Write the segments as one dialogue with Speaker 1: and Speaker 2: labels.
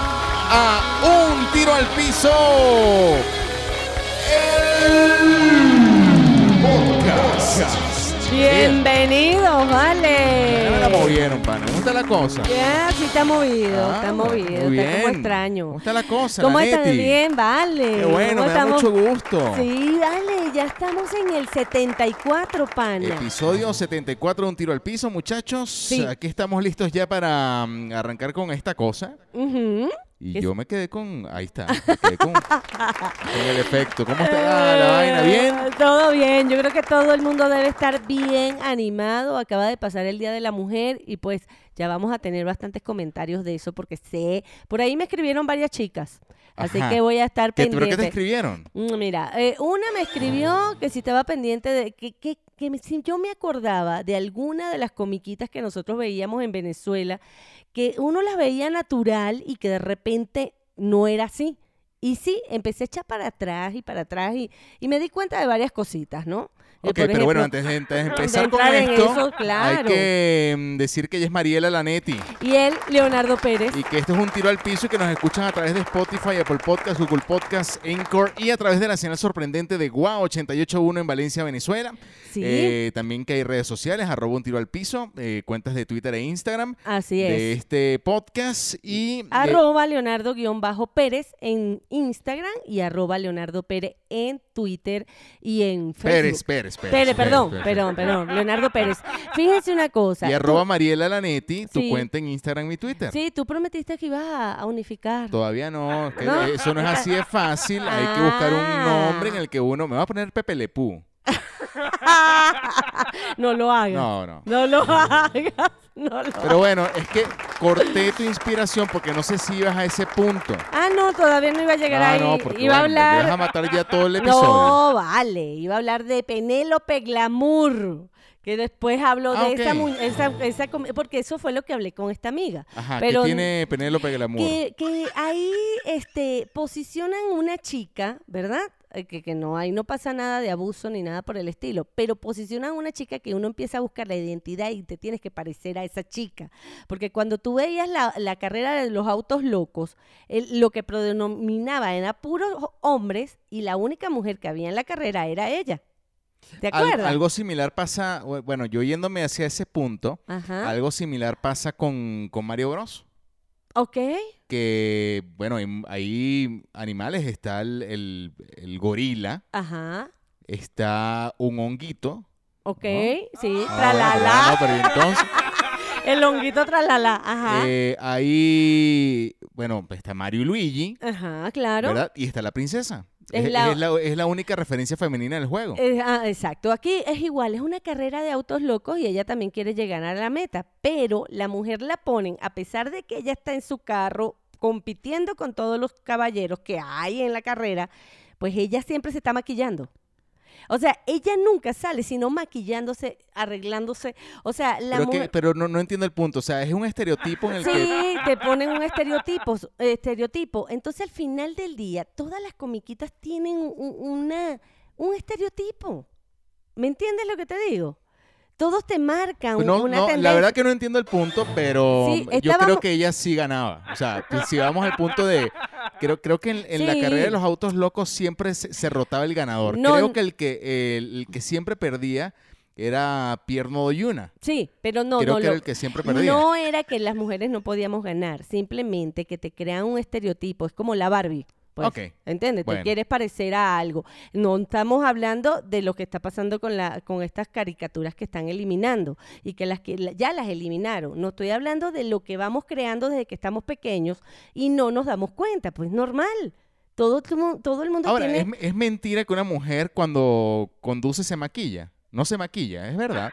Speaker 1: a un tiro al piso. El podcast.
Speaker 2: Bienvenidos,
Speaker 1: Ya me la
Speaker 2: vale.
Speaker 1: movieron, pana. ¿Cómo está la cosa?
Speaker 2: Ya, sí está movido,
Speaker 1: Ah,
Speaker 2: está movido,
Speaker 1: muy
Speaker 2: está como
Speaker 1: bien.
Speaker 2: extraño.
Speaker 1: ¿Cómo está la cosa,
Speaker 2: ¿Cómo
Speaker 1: la
Speaker 2: estás?
Speaker 1: Neti?
Speaker 2: Bien, vale.
Speaker 1: Qué bueno,
Speaker 2: ¿Cómo
Speaker 1: me da mucho gusto.
Speaker 2: Sí, vale, ya estamos en el 74, pana.
Speaker 1: Episodio 74 de Un Tiro al Piso, muchachos.
Speaker 2: Sí.
Speaker 1: Aquí estamos listos ya para mm, arrancar con esta cosa.
Speaker 2: Ujú.
Speaker 1: Y
Speaker 2: ¿Qué
Speaker 1: yo me quedé con. Ahí está. Me quedé con, con el efecto. ¿Cómo está la vaina? ¿Bien?
Speaker 2: Eh, Todo bien, yo creo que todo el mundo debe estar bien animado. Acaba de pasar el Día de la Mujer y pues ya vamos a tener bastantes comentarios de eso porque sé, por ahí me escribieron varias chicas, así
Speaker 1: Ajá.
Speaker 2: que voy a estar
Speaker 1: ¿Qué,
Speaker 2: pendiente.
Speaker 1: ¿Pero qué te escribieron?
Speaker 2: Mm, Mira, eh, una me escribió que si estaba pendiente de que, que, que me- si yo me acordaba de alguna de las comiquitas que nosotros veíamos en Venezuela, que uno las veía natural y que de repente no era así. Y sí, empecé a echar para atrás y para atrás y, y me di cuenta de varias cositas, ¿no? Eh,
Speaker 1: Ok,
Speaker 2: por
Speaker 1: pero bueno,
Speaker 2: ejemplo,
Speaker 1: antes de, antes de empezar
Speaker 2: de
Speaker 1: con
Speaker 2: entrar en
Speaker 1: esto,
Speaker 2: eso, claro.
Speaker 1: hay que mm, decir que ella es Mariela Lanetti
Speaker 2: Y él, Leonardo Pérez.
Speaker 1: y que esto es un tiro al piso y que nos escuchan a través de Spotify, Apple Podcast, Google Podcast, Encore y a través de la señal sorprendente de Guau 881 en Valencia, Venezuela.
Speaker 2: sí,
Speaker 1: Eh, también que hay redes sociales, arroba un tiro al piso, eh, cuentas de Twitter e Instagram
Speaker 2: así es.
Speaker 1: de este podcast y eh, de-
Speaker 2: Arroba Leonardo-Pérez en Instagram y arroba Leonardo Pérez en Twitter y en
Speaker 1: Pérez,
Speaker 2: Facebook.
Speaker 1: Pérez, Pérez,
Speaker 2: Pérez, perdón,
Speaker 1: Pérez, Pérez.
Speaker 2: perdón, perdón, Leonardo Pérez. Fíjense una cosa.
Speaker 1: Y
Speaker 2: tú-
Speaker 1: arroba Mariela Lanetti, tu
Speaker 2: Sí.
Speaker 1: cuenta en Instagram y Twitter.
Speaker 2: sí, tú prometiste que ibas a, a unificar.
Speaker 1: Todavía no, que
Speaker 2: ¿No?
Speaker 1: eso no es así de fácil. Hay que buscar un
Speaker 2: Ah.
Speaker 1: nombre en el que uno. Me va a poner Pepe Lepú.
Speaker 2: no lo hagas.
Speaker 1: No, no.
Speaker 2: No lo hagas. No lo
Speaker 1: Pero bueno, es que corté tu inspiración porque no sé si ibas a ese punto.
Speaker 2: Ah, no, todavía no iba a llegar ahí.
Speaker 1: Ah, no, no, porque
Speaker 2: iba
Speaker 1: bueno,
Speaker 2: a
Speaker 1: me vas a
Speaker 2: hablar.
Speaker 1: matar ya todo el episodio.
Speaker 2: No, vale. Iba a hablar de Penélope Glamour. Que después habló
Speaker 1: Ah,
Speaker 2: de
Speaker 1: ok.
Speaker 2: esa, mu- esa, esa com- Porque eso fue lo que hablé con esta amiga.
Speaker 1: Ajá,
Speaker 2: Pero-
Speaker 1: ¿qué tiene Penélope Glamour?
Speaker 2: que, que ahí este, posicionan una chica, ¿verdad? Eh, Que, que no, ahí no pasa nada de abuso ni nada por el estilo, pero posicionan una chica que uno empieza a buscar la identidad y te tienes que parecer a esa chica. Porque cuando tú veías la, la carrera de los autos locos, el- lo que predominaba eran puros ho- hombres y la única mujer que había en la carrera era ella. ¿Te
Speaker 1: Al-
Speaker 2: acuerdas?
Speaker 1: algo similar pasa, bueno, yo yéndome hacia ese punto,
Speaker 2: Ajá.
Speaker 1: algo similar pasa con, con Mario Bros.
Speaker 2: Ok.
Speaker 1: Que, bueno, hay, hay animales, está el- el- el gorila,
Speaker 2: Ajá.
Speaker 1: está un honguito,
Speaker 2: Ok.
Speaker 1: No.
Speaker 2: Sí.
Speaker 1: Ah,
Speaker 2: tralala.
Speaker 1: bueno, pero bueno, pero entonces,
Speaker 2: El honguito tralala. Ajá.
Speaker 1: eh, ahí, bueno, pues, está Mario y Luigi,
Speaker 2: Ajá, claro.
Speaker 1: ¿verdad? Y está la princesa.
Speaker 2: Es
Speaker 1: Es,
Speaker 2: la-
Speaker 1: es la, es la única referencia femenina del juego.
Speaker 2: Eh, ah, exacto, aquí es igual, es una carrera de autos locos y ella también quiere llegar a la meta, pero la mujer la ponen, a pesar de que ella está en su carro compitiendo con todos los caballeros que hay en la carrera, pues ella siempre se está maquillando. O sea, ella nunca sale sino maquillándose, arreglándose. O sea, la
Speaker 1: pero es que-
Speaker 2: mujer...
Speaker 1: pero no, no entiendo el punto. O sea, es un estereotipo en el que...
Speaker 2: Sí, te ponen un estereotipo, eh, estereotipo. Entonces al final del día, todas las comiquitas tienen un, un- una, un estereotipo. ¿Me entiendes lo que te digo? Todos te marcan un-
Speaker 1: Pues No,
Speaker 2: una
Speaker 1: no,
Speaker 2: tendencia.
Speaker 1: la verdad que no entiendo el punto, pero
Speaker 2: Sí,
Speaker 1: yo creo
Speaker 2: estábamos-
Speaker 1: que ella sí ganaba. O sea, pues, si vamos al punto de... Creo, creo que en, en la
Speaker 2: Sí.
Speaker 1: carrera de los autos locos siempre se, se rotaba el ganador.
Speaker 2: No,
Speaker 1: creo
Speaker 2: n-
Speaker 1: que el que, el, el que siempre perdía era Pierno Doyuna.
Speaker 2: Sí, pero no,
Speaker 1: creo
Speaker 2: no
Speaker 1: que
Speaker 2: lo-
Speaker 1: era el que siempre perdía.
Speaker 2: No era que las mujeres no podíamos ganar, simplemente que te crean un estereotipo, es como la Barbie. Pues,
Speaker 1: Ok.
Speaker 2: ¿Entiendes?
Speaker 1: Bueno.
Speaker 2: Te quieres parecer a algo. No estamos hablando de lo que está pasando con, la, con estas caricaturas que están eliminando y que, las que la- ya las eliminaron. No estoy hablando de lo que vamos creando desde que estamos pequeños y no nos damos cuenta, pues normal. Todo, tu- todo el mundo
Speaker 1: Ahora,
Speaker 2: tiene...
Speaker 1: es, es mentira que una mujer cuando conduce se maquilla. No se maquilla, es verdad.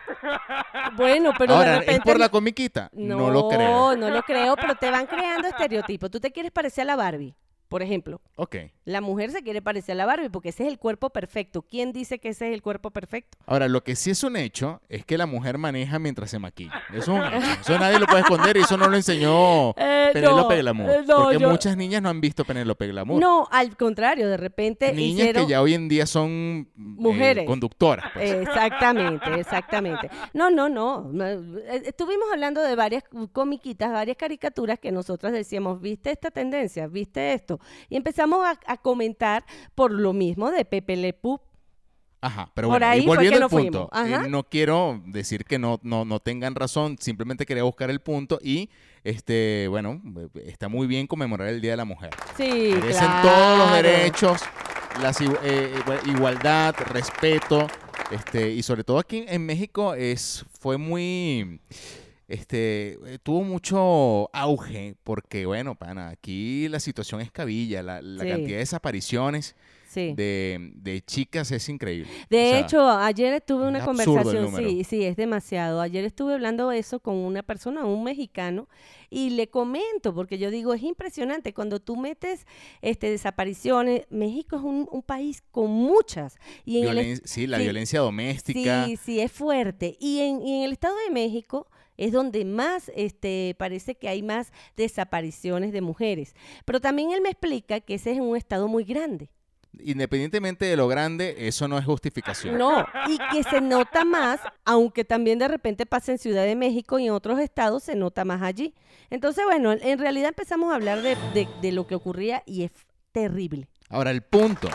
Speaker 2: Bueno, pero de
Speaker 1: Ahora, ¿es
Speaker 2: repente
Speaker 1: por la
Speaker 2: no-
Speaker 1: comiquita? No, lo creo.
Speaker 2: No, no lo creo, pero te van creando estereotipos. Tú te quieres parecer a la Barbie. Por ejemplo,
Speaker 1: Ok.
Speaker 2: la mujer se quiere parecer a la Barbie porque ese es el cuerpo perfecto. ¿Quién dice que ese es el cuerpo perfecto?
Speaker 1: Ahora, lo que sí es un hecho es que la mujer maneja mientras se maquilla. Eso es un hecho. Eso nadie lo puede esconder y eso no lo enseñó
Speaker 2: Eh,
Speaker 1: Penélope
Speaker 2: no,
Speaker 1: Glamour.
Speaker 2: eh, no,
Speaker 1: porque
Speaker 2: yo-
Speaker 1: muchas niñas no han visto Penélope Glamour.
Speaker 2: No, al contrario, de repente
Speaker 1: niñas
Speaker 2: hicieron...
Speaker 1: que ya hoy en día son eh,
Speaker 2: Mujeres. Eh,
Speaker 1: conductoras. pues.
Speaker 2: Exactamente, exactamente. No, no, no. no, eh, Estuvimos hablando de varias comiquitas, varias caricaturas que nosotras decíamos, ¿viste esta tendencia? ¿Viste esto? Y empezamos a, a comentar por lo mismo de Pepe Le Pew.
Speaker 1: Ajá, pero
Speaker 2: Por
Speaker 1: bueno,
Speaker 2: ahí
Speaker 1: y
Speaker 2: fue que
Speaker 1: volviendo al
Speaker 2: nos
Speaker 1: punto,
Speaker 2: fuimos.
Speaker 1: eh,
Speaker 2: Ajá.
Speaker 1: no quiero decir que no, no, no tengan razón, simplemente quería buscar el punto y, este, bueno, está muy bien conmemorar el Día de la Mujer.
Speaker 2: Sí,
Speaker 1: Merecen
Speaker 2: claro.
Speaker 1: todos los derechos, la eh, igualdad, respeto, este, y sobre todo aquí en México es, fue muy, este, eh, tuvo mucho auge porque, bueno, pana, aquí la situación es cabilla, la, la
Speaker 2: Sí.
Speaker 1: cantidad de desapariciones
Speaker 2: Sí. De,
Speaker 1: de, de chicas es increíble. O sea,
Speaker 2: hecho, ayer tuve una
Speaker 1: es absurdo el
Speaker 2: conversación,
Speaker 1: número.
Speaker 2: sí, sí, es demasiado. Ayer estuve hablando eso con una persona, un mexicano, y le comento, porque yo digo, es impresionante, cuando tú metes este, desapariciones, México es un, un país con muchas. Y en el est-
Speaker 1: Violen- sí, la
Speaker 2: sí.
Speaker 1: violencia doméstica.
Speaker 2: Sí, sí, es fuerte. Y en, y en el Estado de México es donde más este, parece que hay más desapariciones de mujeres. Pero también él me explica que ese es un estado muy grande.
Speaker 1: Independientemente de lo grande, eso no es justificación.
Speaker 2: No, y que se nota más, aunque también de repente pasa en Ciudad de México y en otros estados, se nota más allí. Entonces, bueno, en realidad empezamos a hablar de, de- de lo que ocurría y es terrible.
Speaker 1: Ahora, el punto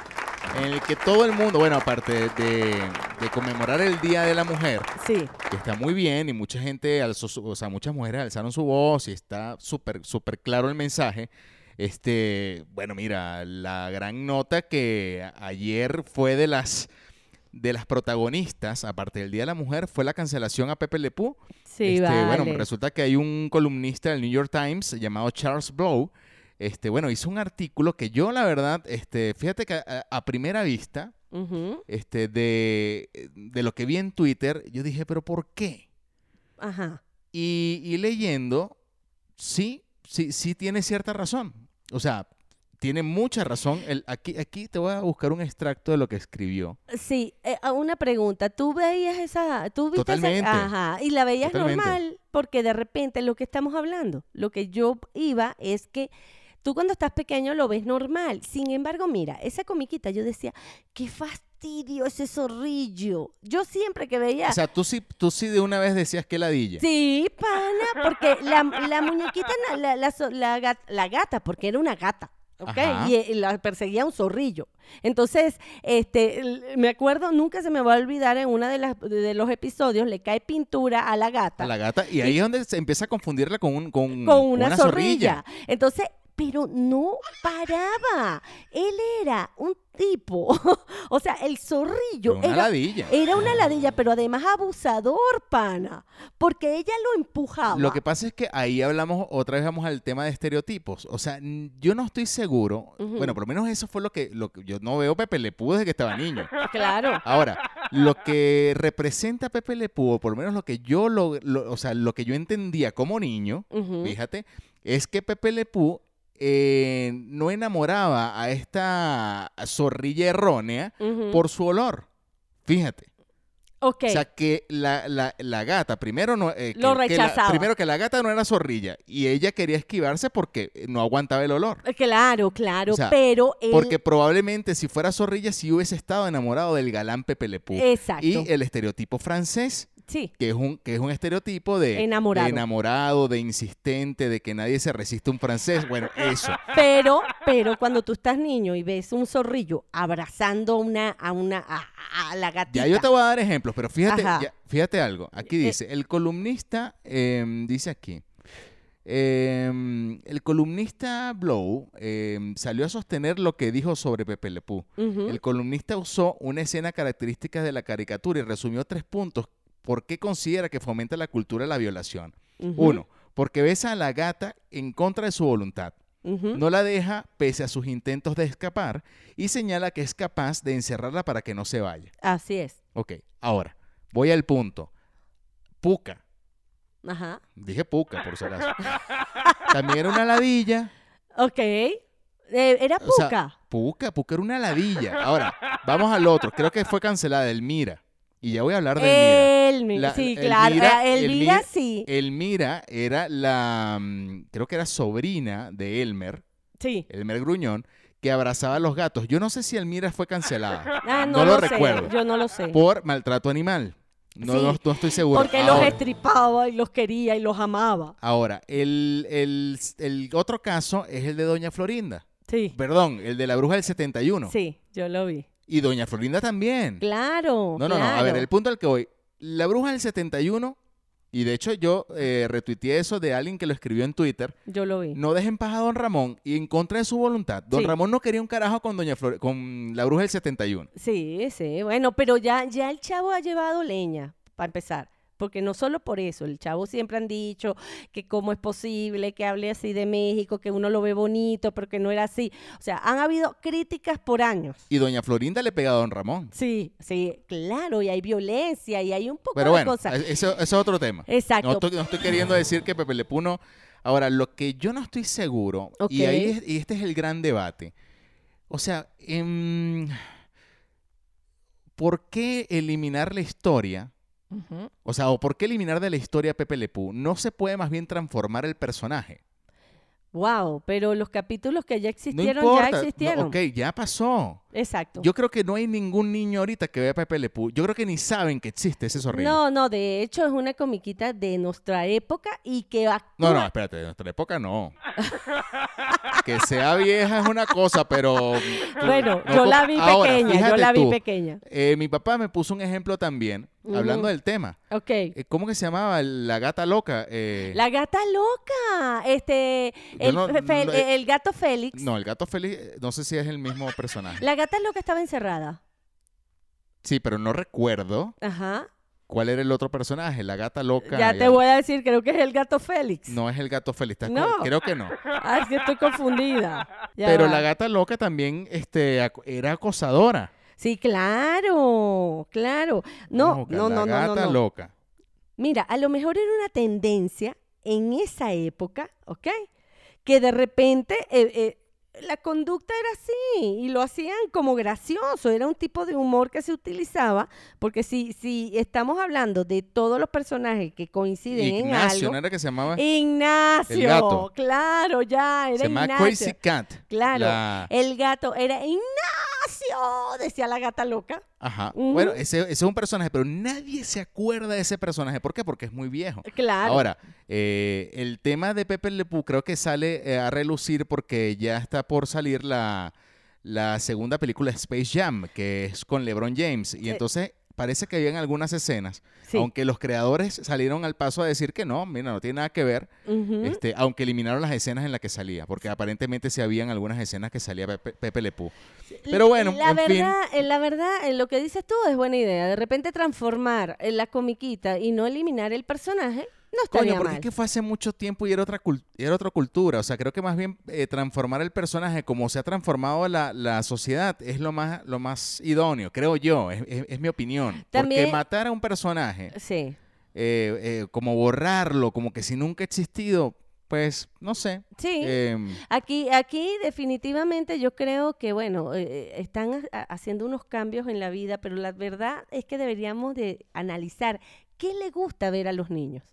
Speaker 1: en el que todo el mundo, bueno, aparte de, de- de conmemorar el Día de la Mujer,
Speaker 2: Sí,
Speaker 1: que está muy bien y mucha gente alzó, su- o sea, muchas mujeres alzaron su voz y está súper, súper claro el mensaje. Este, bueno, mira, la gran nota que a- ayer fue de las de las protagonistas, aparte del Día de la Mujer, fue la cancelación a Pepe Le Pew.
Speaker 2: sí,
Speaker 1: Este,
Speaker 2: vale.
Speaker 1: Bueno, resulta que hay un columnista del New York Times llamado Charles Blow. Este, bueno, hizo un artículo que yo, la verdad, este, fíjate que a, a primera vista,
Speaker 2: Ujú,
Speaker 1: este, de, de lo que vi en Twitter, yo dije, ¿pero por qué?
Speaker 2: Ajá.
Speaker 1: Y, y leyendo, sí, sí, sí tiene cierta razón. O sea, tiene mucha razón. El- aquí, aquí te voy a buscar un extracto de lo que escribió.
Speaker 2: Sí, eh, a una pregunta. ¿Tú veías esa, tú viste esa-
Speaker 1: Totalmente.
Speaker 2: ajá, y la veías
Speaker 1: Totalmente.
Speaker 2: normal, porque de repente lo que estamos hablando, lo que yo iba es que tú cuando estás pequeño lo ves normal. Sin embargo, mira, esa comiquita yo decía, qué fastidio ese zorrillo. Yo siempre que veía
Speaker 1: O sea, tú sí, tú sí de una vez decías que ladilla.
Speaker 2: Sí, pana, porque la, la muñequita, na- la, la zo- la gat- la gata, porque era una gata, ¿ok?
Speaker 1: Ajá.
Speaker 2: Y, eh, la perseguía un zorrillo. Entonces, este, l- me acuerdo, nunca se me va a olvidar en uno de, las- de los episodios, le cae pintura a la gata
Speaker 1: A la gata. Y ahí es donde se empieza a confundirla con, un, con,
Speaker 2: con una, zorrilla. Entonces, pero no paraba. Él era un tipo, o sea, el zorrillo
Speaker 1: Una
Speaker 2: era
Speaker 1: ladilla.
Speaker 2: era una ladilla, pero además abusador, pana, porque ella lo empujaba.
Speaker 1: Lo que pasa es que ahí hablamos, otra vez vamos al tema de estereotipos. O sea, n- yo no estoy seguro.
Speaker 2: Ujú.
Speaker 1: Bueno, por lo menos eso fue lo que, lo que yo no veo Pepe Le Pew desde que estaba niño.
Speaker 2: Claro.
Speaker 1: Ahora, lo que representa Pepe Le Pew, o por lo menos lo que yo lo, lo- o sea, lo que yo entendía como niño,
Speaker 2: Ujú.
Speaker 1: fíjate, es que Pepe Le Pew eh, no enamoraba a esta zorrilla errónea
Speaker 2: Ujú.
Speaker 1: por su olor. Fíjate.
Speaker 2: Ok.
Speaker 1: O sea, que la, la- la gata, primero no... eh, que-
Speaker 2: Lo
Speaker 1: que la-
Speaker 2: rechazaba.
Speaker 1: primero que la gata no era zorrilla y ella quería esquivarse porque eh, no aguantaba el olor.
Speaker 2: Claro, claro,
Speaker 1: O sea,
Speaker 2: pero él-
Speaker 1: Porque probablemente si fuera zorrilla sí hubiese estado enamorado del galán Pepe Le Pew.
Speaker 2: Exacto.
Speaker 1: Y el estereotipo francés,
Speaker 2: Sí.
Speaker 1: que es un, que es un estereotipo de
Speaker 2: Enamorado.
Speaker 1: de enamorado, de insistente, de que nadie se resiste a un francés. Bueno, eso.
Speaker 2: Pero, pero cuando tú estás niño y ves un zorrillo abrazando una, a una, a, a la
Speaker 1: Ya
Speaker 2: gatita.
Speaker 1: yo te voy a dar ejemplos, pero fíjate,
Speaker 2: Ajá.
Speaker 1: ya- fíjate algo. Aquí
Speaker 2: Eh.
Speaker 1: dice, el columnista, em, dice aquí, em, el columnista Blow em, salió a sostener lo que dijo sobre Pepe Le Pew.
Speaker 2: Ujú.
Speaker 1: El columnista usó una escena característica de la caricatura y resumió tres puntos. ¿Por qué considera que fomenta la cultura de la violación?
Speaker 2: Ujú.
Speaker 1: Uno, porque besa a la gata en contra de su voluntad.
Speaker 2: Ujú.
Speaker 1: No la deja pese a sus intentos de escapar y señala que es capaz de encerrarla para que no se vaya.
Speaker 2: Así es.
Speaker 1: Ok, ahora, voy al punto. Puca.
Speaker 2: Ajá.
Speaker 1: Dije puca, por si acaso. También era una ladilla.
Speaker 2: Ok. Eh, era
Speaker 1: O sea,
Speaker 2: Puca.
Speaker 1: Puca, Puca era una ladilla. Ahora, vamos al otro. Creo que fue cancelada Elmira. Y ya voy a hablar de
Speaker 2: Eh.
Speaker 1: Elmira.
Speaker 2: Elmi-
Speaker 1: La-
Speaker 2: sí,
Speaker 1: Elvira-
Speaker 2: claro. eh, Elvira,
Speaker 1: Elvira-
Speaker 2: sí.
Speaker 1: Elmira era la, mm, creo que era sobrina de Elmer,
Speaker 2: Sí.
Speaker 1: Elmer Gruñón, que abrazaba a los gatos. Yo no sé si Elmira fue cancelada
Speaker 2: Ah, no,
Speaker 1: No lo
Speaker 2: lo, sé,
Speaker 1: recuerdo.
Speaker 2: Yo no lo sé.
Speaker 1: por maltrato animal. No,
Speaker 2: Sí,
Speaker 1: no- no estoy seguro.
Speaker 2: Porque los
Speaker 1: Ahora-
Speaker 2: estripaba y los quería y los amaba.
Speaker 1: Ahora, el, el- el otro caso es el de Doña Florinda.
Speaker 2: Sí.
Speaker 1: Perdón, el de la bruja del 71.
Speaker 2: Sí, yo lo vi.
Speaker 1: Y Doña Florinda también.
Speaker 2: Claro.
Speaker 1: no, no, no. A
Speaker 2: claro.
Speaker 1: ver, el punto al que voy. La bruja del 71, y de hecho yo eh, retuiteé eso de alguien que lo escribió en Twitter.
Speaker 2: Yo lo vi.
Speaker 1: No dejen paz a Don Ramón y en contra de su voluntad. Don
Speaker 2: Sí.
Speaker 1: Ramón no quería un carajo con Doña Flor- con la bruja del 71.
Speaker 2: Sí, sí. Bueno, pero ya, ya el chavo ha llevado leña, para empezar. Porque no solo por eso, el chavo siempre han dicho que cómo es posible que hable así de México, que uno lo ve bonito, pero que no era así. O sea, han habido críticas por años.
Speaker 1: Y Doña Florinda le pegaba a Don Ramón.
Speaker 2: Sí, sí, claro, y hay violencia y hay un poco
Speaker 1: Pero
Speaker 2: de
Speaker 1: bueno,
Speaker 2: cosas.
Speaker 1: e- eso, eso es otro tema.
Speaker 2: Exacto.
Speaker 1: No estoy, no estoy queriendo decir que Pepe Le Puno. Ahora, lo que yo no estoy seguro, y,
Speaker 2: Ok.
Speaker 1: ahí es- y este es el gran debate. O sea, em, ¿por qué eliminar la historia?
Speaker 2: Ujú.
Speaker 1: O sea, ¿o por qué eliminar de la historia a Pepe Le Pew? No se puede más bien transformar el personaje.
Speaker 2: Wow, pero los capítulos que ya
Speaker 1: No
Speaker 2: existieron
Speaker 1: importa.
Speaker 2: ya
Speaker 1: no,
Speaker 2: existieron.
Speaker 1: ok, ya pasó.
Speaker 2: Exacto.
Speaker 1: Yo creo que no hay ningún niño ahorita que vea a Pepe Le Pew. Yo creo que ni saben que existe ese zorrillo.
Speaker 2: no, no, de hecho es una comiquita de nuestra época y que actúa
Speaker 1: No, no, espérate, de nuestra época no. que sea vieja es una cosa, pero.
Speaker 2: Bueno,
Speaker 1: No,
Speaker 2: yo
Speaker 1: com-
Speaker 2: la vi
Speaker 1: ahora,
Speaker 2: pequeña, yo
Speaker 1: fíjate
Speaker 2: la vi
Speaker 1: tú.
Speaker 2: pequeña.
Speaker 1: eh, mi papá me puso un ejemplo también, hablando del tema.
Speaker 2: Ok.
Speaker 1: Eh, ¿Cómo que se llamaba la gata loca? Eh,
Speaker 2: La gata loca, este,
Speaker 1: Yo
Speaker 2: el,
Speaker 1: no-
Speaker 2: fe-
Speaker 1: no- eh,
Speaker 2: el gato Félix.
Speaker 1: No, el gato feliz, eh, no sé si es el mismo personaje.
Speaker 2: La gata loca estaba encerrada.
Speaker 1: Sí, pero no recuerdo
Speaker 2: Ajá.
Speaker 1: cuál era el otro personaje, la gata loca.
Speaker 2: ya
Speaker 1: y
Speaker 2: te
Speaker 1: algo-
Speaker 2: voy a decir, creo que es el gato Félix.
Speaker 1: No es el gato feliz, ¿estás
Speaker 2: No.
Speaker 1: con- creo que no.
Speaker 2: Ay, es que estoy confundida. Ya
Speaker 1: pero
Speaker 2: va.
Speaker 1: la gata loca también este, ac- era acosadora.
Speaker 2: Sí, claro, claro. No,
Speaker 1: Loca,
Speaker 2: no, no, no,
Speaker 1: La
Speaker 2: no,
Speaker 1: gata
Speaker 2: no.
Speaker 1: loca.
Speaker 2: Mira, a lo mejor era una tendencia en esa época, ¿ok? Que de repente eh, eh, la conducta era así y lo hacían como gracioso, era un tipo de humor que se utilizaba, porque si, si estamos hablando de todos los personajes que coinciden
Speaker 1: Ignacio,
Speaker 2: en
Speaker 1: ¿no
Speaker 2: algo...
Speaker 1: era que se llamaba?
Speaker 2: Ignacio,
Speaker 1: El gato.
Speaker 2: claro, ya,
Speaker 1: Se
Speaker 2: era
Speaker 1: llama
Speaker 2: Ignacio.
Speaker 1: Crazy Cat.
Speaker 2: Claro, Eh,
Speaker 1: La-
Speaker 2: el gato era Ignacio, decía la gata loca.
Speaker 1: Ajá.
Speaker 2: Ujú.
Speaker 1: Bueno, ese, ese es un personaje, pero nadie se acuerda de ese personaje. ¿Por qué? Porque es muy viejo.
Speaker 2: Claro.
Speaker 1: Ahora, eh, el tema de Pepe Le Pew creo que sale eh, a relucir porque ya está por salir la, la segunda película Space Jam, que es con LeBron James. Y
Speaker 2: Sí.
Speaker 1: entonces parece que habían algunas escenas,
Speaker 2: sí.
Speaker 1: aunque los creadores salieron al paso a decir que no, mira, no tiene nada que ver,
Speaker 2: Ujú.
Speaker 1: este, aunque eliminaron las escenas en las que salía, porque aparentemente sí habían algunas escenas que salía Pepe, Pepe Le Pew. Pero bueno,
Speaker 2: la
Speaker 1: en fin.
Speaker 2: verdad, eh, la verdad, eh, lo que dices tú es buena idea. De repente transformar eh, la comiquita y no eliminar el personaje no estaría
Speaker 1: Coño, porque
Speaker 2: mal.
Speaker 1: es que fue hace mucho tiempo y era otra, cul- era otra cultura. O sea, creo que más bien eh, transformar el personaje como se ha transformado la, la sociedad es lo más, lo más idóneo, creo yo. Es, es- es mi opinión.
Speaker 2: También-
Speaker 1: Porque matar a un personaje,
Speaker 2: Sí.
Speaker 1: eh, eh, como borrarlo, como que si nunca ha existido, pues no sé.
Speaker 2: Sí.
Speaker 1: Em,
Speaker 2: Aquí, aquí definitivamente yo creo que, bueno, eh, eh, están ha- haciendo unos cambios en la vida, pero la verdad es que deberíamos de analizar qué le gusta ver a los niños.